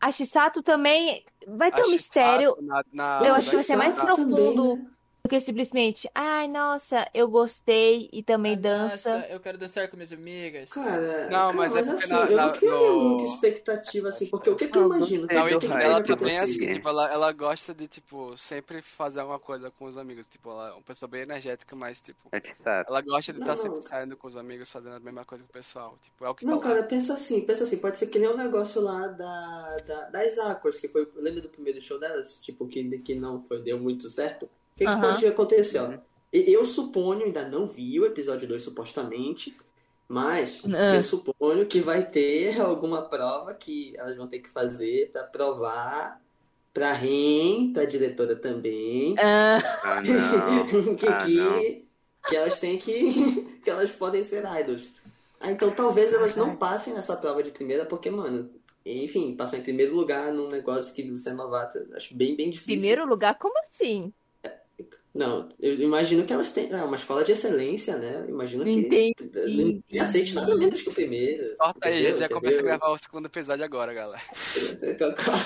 B: A Shisato também
G: é
B: vai ter um
D: Acho
B: mistério.
D: chato na- na-
B: Eu
D: na
B: acho que vai ser mais
D: Sara.
G: Shisato também,
B: profundo
G: né?
B: do que simplesmente, ai, nossa, eu gostei e também
A: Ah,
B: dança.
A: Nossa, eu quero dançar com minhas amigas.
G: Cara,
D: Não,
G: cara,
D: mas é porque
G: assim,
D: na-
G: eu
D: na-
G: não criaria
D: no-
G: muita expectativa, assim, porque o que que
F: Ah,
G: eu
F: eu
G: imagino?
F: gostei
D: Não,
G: tá? O
D: e
G: que
F: do
G: que
D: tipo,
G: que
F: hype
G: vai
D: ela
F: que
D: também é
G: acontecer?
F: você
D: assim, tipo, ela, ela gosta de, tipo, sempre fazer alguma coisa com os amigos. Tipo, ela é uma pessoa bem energética, mas, tipo,
F: Eu te sabe.
D: ela gosta de
G: Não,
D: estar
G: não.
D: sempre saindo com os amigos, fazendo a mesma coisa com o pessoal. Tipo, é o que
G: Não,
D: tá lá.
G: cara, pensa assim, pensa assim, pode ser que nem o negócio lá da, da, das Aquas, que foi, lembra do primeiro show delas? Tipo, que, que não foi, deu muito certo? O que, que
B: Aham.
G: pode acontecer, ó? E- Eu suponho, ainda não vi o episódio 2 supostamente, mas
B: Ah.
G: eu suponho que vai ter alguma prova que elas vão ter que fazer pra provar, pra pra Ren, da diretora também.
B: Ah,
F: Ah, não.
G: que,
F: Ah,
G: que-
F: não.
G: que elas têm que. que elas podem ser idols. Ah, então talvez elas não passem nessa prova de primeira, porque, mano, enfim, passar em primeiro lugar num negócio que você é novato, eu acho bem, bem difícil.
B: primeiro lugar, como assim?
G: Não, eu imagino que elas têm. Ah, uma escola de excelência, né? Eu imagino que.
B: Entendi,
G: Não aceite nada menos que o primeiro.
D: Corta aí, a gente já
G: entendeu?
D: começa a gravar o segundo episódio agora, galera.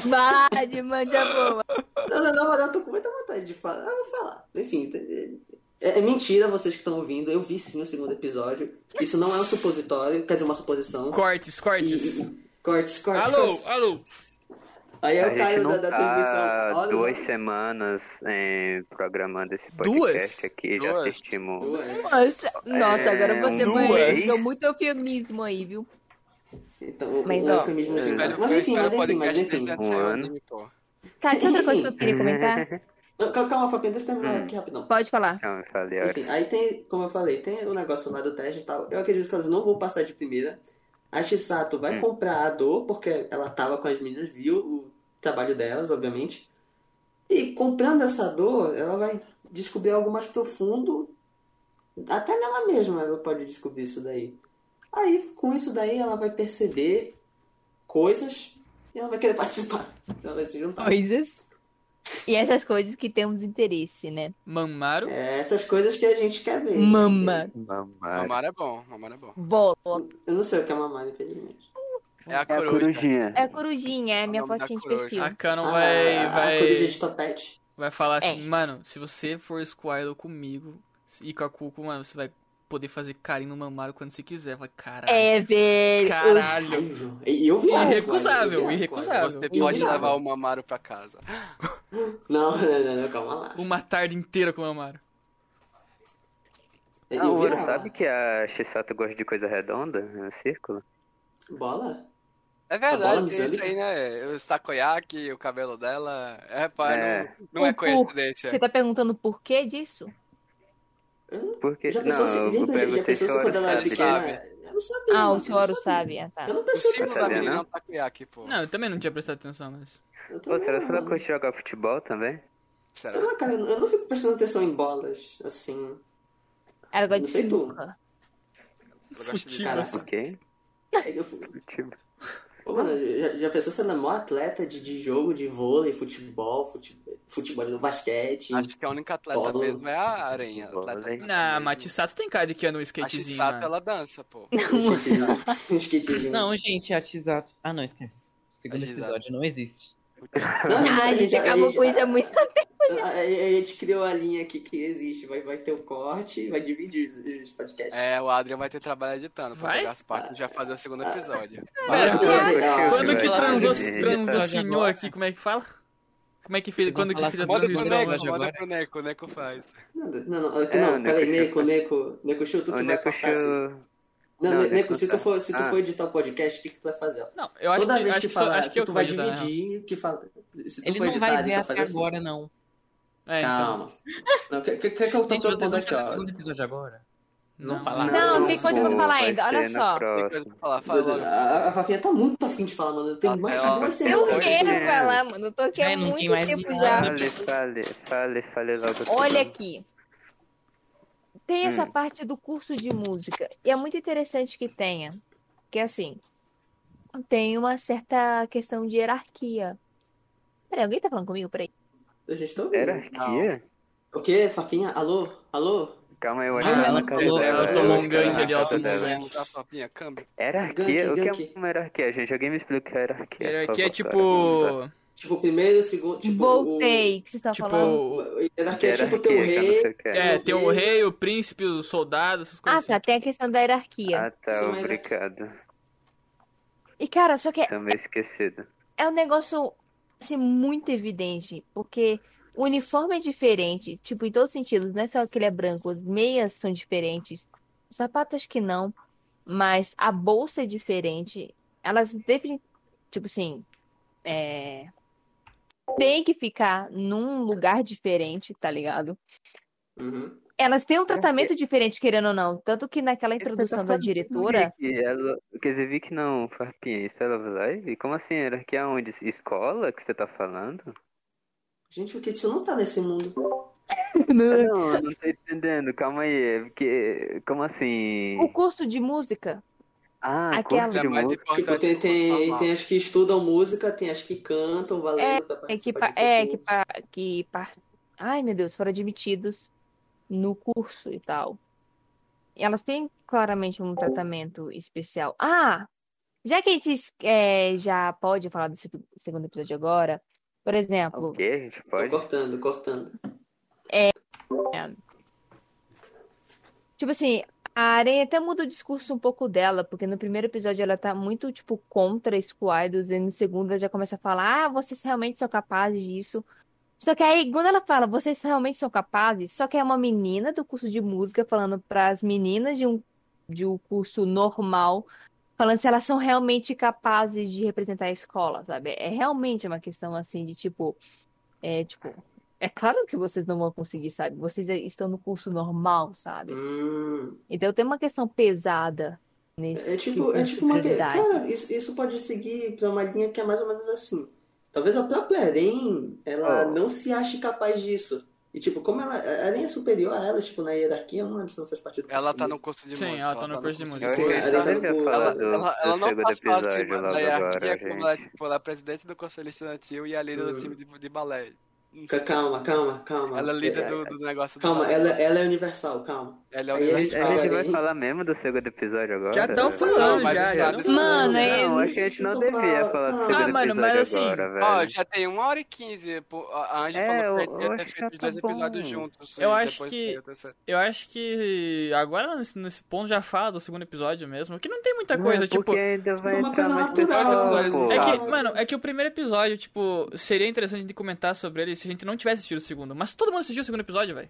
B: Vai, de manja boa.
G: Não, não, na moral, eu tô com muita vontade de falar. Eu vou falar. Enfim, t- é, é mentira vocês que estão ouvindo. Eu vi sim o segundo episódio. Isso não é um supositório, quer dizer, uma suposição.
A: Cortes, cortes.
G: E- e- Cortes, cortes,
A: Alô,
G: cortes.
A: alô.
G: Aí eu
F: A gente
G: É caio
F: não
G: da, da
F: tá
G: transmissão. Olha,
F: duas semanas eh, programando esse
A: Duas?
F: podcast aqui, já
D: Duas?
F: assistimos.
G: duas.
B: Nossa, nossa, agora você
A: É, duas.
B: banhou muito eufemismo aí, viu?
G: Então,
B: Mas,
G: o, o
B: ó,
G: eufemismo
D: Eu
G: assim,
D: espero,
G: Mas
D: eu
G: enfim,
D: espero
G: mas
D: o
G: enfim, mas
D: podcast
G: enfim.
D: desde antes
F: Um
D: de sair o
F: ano.
D: anime, pô.
B: Tá, tem outra coisa que eu queria comentar?
G: Não, Calma, calma, Fabinho, deixa eu terminar
F: Hum.
G: aqui rapidão.
B: Pode falar.
F: Então, eu falei, olha,
G: Enfim, aí tem, como eu falei, tem o negócio lá do teste e tal. Eu acredito que elas não vão passar de primeira. A Shisato vai
F: Hum.
G: comprar a dor, porque ela tava com as meninas, viu o trabalho delas, obviamente. E comprando essa dor, ela vai descobrir algo mais profundo. Até nela mesma ela pode descobrir isso daí. Aí, com isso daí, ela vai perceber coisas e ela vai querer participar. Ela vai se juntar.
B: Coisas. E essas coisas que temos interesse, né?
A: Mamaro.
G: É, essas coisas que a gente quer ver.
B: Mama,
F: mamar.
D: Mamara é bom, mamara é bom.
B: bola.
G: Eu não sei o que é mamar, infelizmente.
D: É a
F: É a
D: coruja.
F: corujinha.
B: É a corujinha, é a minha
D: nome da
B: fotinha de
D: coruja.
B: perfil.
A: A Canon
G: Ah,
A: vai,
G: a
A: vai,
G: corrida de topete.
A: vai falar
B: É.
A: assim, mano, se você for Squirtle comigo e com a Cuco, mano, você vai poder fazer carinho no Mamaro quando você quiser. Vai, caralho.
B: É, velho.
A: Caralho.
G: Ai, E eu vi as quadras,
A: Irrecusável,
G: eu vi as
A: irrecusável.
D: Você
G: Eu
D: pode
G: jurava.
D: levar o Mamaro pra casa.
G: quadras. Não, não, não, não, calma lá.
A: Uma tarde inteira com o Mamaro.
G: Eu
F: Ah, o Ouro
G: virava.
F: sabe que a Shisato gosta de coisa redonda, é um círculo?
G: Bola?
D: É
G: Tá bom,
D: verdade, tem
G: Zé.
D: isso aí, né? O Stakoyaki, o cabelo dela. É, pai,
F: É.
D: não, não é
B: O cu.
D: coincidência.
B: Você tá perguntando por que disso?
F: Porque,
G: Já
F: não,
G: pensou se,
F: eu
G: Lindo, já
F: perguntei se
G: pensou se
F: o Ouro
G: quando ela era
F: sabe
D: Ele
G: pequena...
D: sabe.
G: Eu não sabia.
B: Ah,
G: eu
B: o senhor
G: não
B: sabe. Ah, tá.
G: Eu não
D: O
G: prestei
D: signo da
G: atenção.
F: sabia,
D: menina é
F: não?
D: o Takoyaki, pô.
A: Não, eu também não tinha prestado atenção, mas...
G: Eu
F: Pô,
G: também
F: será que ela
G: não.
F: curte jogar futebol também?
D: Será?
G: Sei lá, cara, eu não fico prestando atenção em bolas, assim.
B: Ela gosta
G: Não
B: de
G: sei tu.
B: sinuca.
D: Eu gosto de
A: Futebol.
D: cara.
G: Nossa.
F: Ok? tipo,
G: Eu fico-
F: Futebol.
G: Ô, mano, já, já pensou sendo a maior atleta de, de jogo, de vôlei, futebol, fute- futebol, no basquete?
D: Acho que a única atleta
G: Bola.
D: mesmo é a Aranha.
F: Bola,
D: Atleta
F: hein?
A: Na
D: mesmo.
A: Matisato tem cara de que anda um
D: A
A: skatezinho,
D: Shisato,
A: mano.
D: ela dança, pô.
G: Esqueci, esqueci.
C: Não, gente, a Tisato. Ah, não, esquece. O segundo
D: A Tisato.
C: episódio não existe.
B: Ah, a gente acabou com isso é muito.
G: A, a- a gente criou a linha aqui que existe, vai, vai ter o corte, vai dividir os, os podcasts.
D: É, o Adrian vai ter trabalho editando pra
A: Vai? É,
D: pegar as partes e já fazer o segundo episódio.
G: Olha,
A: pera,
G: olha,
F: pera,
G: olha,
A: Quando que
F: Vai,
D: é
A: transou,
F: vai.
A: transou
C: Episódio
A: senhor
C: agora.
A: aqui, como é que fala? Como é que fez,
C: Vocês vão
A: quando que
C: falar
A: fez a
C: sobre
D: Manda pro
C: Transmissão
A: transição?
C: agora.
D: Neco, manda pro Neco, o Neco faz.
G: Não, não, não, não,
F: É, o Neco
G: peraí,
F: Show.
G: Neco, Neco, Neco Show, tu
F: é O
G: que vai cortar. assim.
F: Nekushu...
G: Não,
F: Não,
G: Ne- Neco,
F: Neco
G: se tu
F: tá.
G: for, se tu
F: Ah.
G: for editar o podcast, o que, que tu vai fazer? ó?
A: Não, eu acho
G: Toda
A: que,
G: vez
A: acho
G: que,
A: que, só,
G: falar
A: acho que
G: que,
A: eu né?
G: tu
A: vou
G: vai
A: ajudar, na real.
G: dividir, que fala. Se tu
C: Ele
G: for
C: não
G: editar,
C: vai ver
G: então
C: até
G: faz assim.
C: agora, não.
A: É, então.
G: Calma. Não, o que, que, que é que eu tô
C: Gente, vocês
G: propondo
C: vão
G: aqui,
C: fazer o
G: ó?
C: segundo episódio agora? Vocês
A: Não.
C: vão falar.
B: Não, tem coisa pra
F: pô,
B: falar
F: vai
B: ainda,
F: ser
B: olha
F: no
B: só.
D: Tem coisa
F: próximo.
D: pra falar, fala logo.
G: A, a Fafinha tá muito afim de falar, mano. Eu
A: Tá
G: tenho
D: Ah,
G: mais de
D: ela-
G: duas
B: Eu
G: semanas.
B: quero
F: É.
B: falar, mano. Eu tô aqui há
C: Ai, É, não tem
B: é muito
C: mais
B: tempo
C: nada.
B: já.
F: Fale, fale, fale, fale logo.
B: Olha
F: tudo.
B: aqui. Tem essa
F: Hum.
B: parte do curso de música. E é muito interessante que tenha. Que assim, tem uma certa questão de hierarquia. Peraí, alguém tá falando comigo? Peraí.
G: A gente tá ouvindo.
F: Hierarquia?
G: O quê, Fafinha? Alô? Alô?
F: Calma aí, eu
G: Ah,
F: olhei
G: ela
F: na cara
C: falou-
F: dela.
A: ela tomou um gancho ali, ó.
F: na cara dela.
D: Tá, papinha, câmbio.
F: Hierarquia?
G: Gank,
F: o que
G: gank.
F: é uma hierarquia, gente? Alguém me explica o que é hierarquia. por
A: Aqui é
F: favor, cara.
A: tipo...
G: Tipo, o primeiro, o segundo. Tipo,
B: Voltei, que vocês
G: Tá
B: estavam falando.
G: O...
A: Tipo...
G: Hierarquia é tipo
F: Hierarquia,
G: teu
F: que eu não
G: rei.
F: sei o que é.
A: É, tem o rei, o príncipe, o soldado, essas
B: Ah,
A: coisas assim.
B: tá. Tem a questão da hierarquia.
F: Ah, tá,
G: Isso é uma
F: obrigado.
B: E, cara, só que é
F: Sou meio esquecido.
B: é um negócio assim, muito evidente, porque o uniforme é diferente, tipo, em todos os sentidos, não é só que ele é branco, as meias são diferentes, os sapatos acho que não, mas a bolsa é diferente. Elas definitivamente, tipo assim, é... tem que ficar num lugar diferente, tá ligado?
G: Uhum.
B: Elas têm um tratamento diferente, querendo ou não. Tanto que naquela
F: Isso
B: introdução
F: tá
B: da
F: falando
B: diretora,
F: E ela, quer dizer, vi que não, Farpinha, isso é Love Live? Como assim? Hierarquia onde? Escola que você tá falando?
G: Gente, o Kitsu não tá nesse mundo.
F: Não, não tô entendendo, calma aí. é Porque, como assim?
B: O curso de música.
F: Ah,
B: Aquela-
F: curso
D: É
F: de
D: mais
F: música.
G: Tipo,
D: importante
G: tem,
D: que
G: tem,
D: falar.
G: tem as que estudam música, tem as que cantam, valendo pra
B: É que,
G: participar
B: pa-
G: de
B: é, que,
G: concurso.
B: pa- que par- ai meu Deus, foram admitidos no curso e tal. E elas têm claramente um tratamento especial. Ah, já que a gente é, já pode falar do seg- segundo episódio agora, por exemplo,
F: O quê? A gente
G: Tô
F: pode?
G: cortando, cortando.
B: Tipo assim, a Aranha até muda o discurso um pouco dela, porque no primeiro episódio ela tá muito, tipo, contra Squidward, e no segundo ela já começa a falar, ah, vocês realmente são capazes disso. Só que aí, quando ela fala, vocês realmente são capazes, só que é uma menina do curso de música falando pras meninas de um, de um curso normal, falando se elas são realmente capazes de representar a escola, sabe? É realmente uma questão assim de tipo, é tipo, é claro que vocês não vão conseguir, sabe? Vocês estão no curso normal, sabe?
G: Hum.
B: Então tem uma questão pesada nesse
G: É tipo, é
B: de
G: tipo uma. que-
B: prioridade.
G: Cara, isso, isso pode seguir pra uma linha que é mais ou menos assim. Talvez a própria Eren, ela
F: Oh.
G: não se ache capaz disso. E tipo, como ela. A Eren é superior a ela, tipo, na hierarquia, eu não lembro se não faz parte do
D: Ela
G: curso
D: tá no
G: de música.
D: curso de
A: Sim,
D: música.
A: ela tá no curso de
G: música. Sim,
F: Eu
G: ela tá no
F: devia
G: curso.
F: falar
D: Ela,
F: do,
D: ela, ela
F: do
D: não
F: segundo
D: passou
F: episódio
D: acima da
F: logo
D: hierarquia
F: agora,
D: quando ela,
F: gente.
D: tipo, ela é presidente do conselho estudantil e é a líder do
G: Hum.
D: time de, de balé. Não sei
G: Ca-
D: se-
G: Calma, calma, calma.
D: Ela é líder
G: É,
D: do, do negócio do
G: Calma,
D: balé.
G: ela, ela é universal, calma.
D: Ela é
G: Aí
F: A gente, a
D: universal.
F: gente vai
G: hein?
F: falar mesmo do segundo episódio agora?
A: Já tão
D: Não,
A: falando,
D: mas
A: já,
D: os
A: já.
D: dados-
A: tão-
E: Mano, é-
F: Não, acho que a gente não devia falar do
A: Ah,
F: segundo
A: mano,
F: episódio
A: mas assim,
F: agora, velho.
D: Ó, já tem uma hora e quinze. pô, A a Anja
F: É,
D: falou que a
F: eu- eu
D: gente ia ter
F: acho
D: feito
F: que já
D: os dois
F: tá
D: episódios
F: bom.
D: juntos.
A: Eu
D: e
A: acho
D: depois
A: que-
D: tem o terceiro.
A: Eu acho que agora nesse- nesse ponto já fala do segundo episódio mesmo, que não tem muita
F: Não,
G: é,
A: coisa, tipo,
F: porque ainda vai
G: uma
F: entrar
G: coisa
F: mais
G: natural,
D: né?
F: pessoa, pô.
A: É que,
G: Claro.
A: mano, é que o primeiro episódio, tipo, seria interessante a gente comentar sobre ele se a gente não tivesse assistido o segundo. Mas todo mundo assistiu o segundo episódio, velho.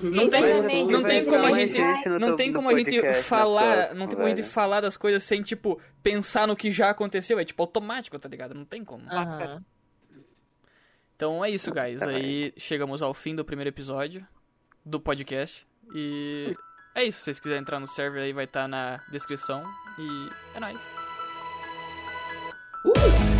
A: Não tem,
B: Exatamente.
A: não tem como a
B: Vai
A: gente.
B: ficar
F: no
A: Não
F: to-
A: tem
F: no
A: como a gente
F: podcast né, na
A: falar.
F: próxima,
A: Não tem como a gente
F: velho.
A: falar das coisas sem, tipo, pensar no que já aconteceu. É tipo automático, tá ligado? Não tem como.
B: Aham.
A: Então é isso, guys.
F: Tá bem.
A: Aí chegamos ao fim do primeiro episódio do podcast. E é isso. Se vocês quiserem entrar no server tá aí, vai estar na descrição. E é nóis.
G: Uh!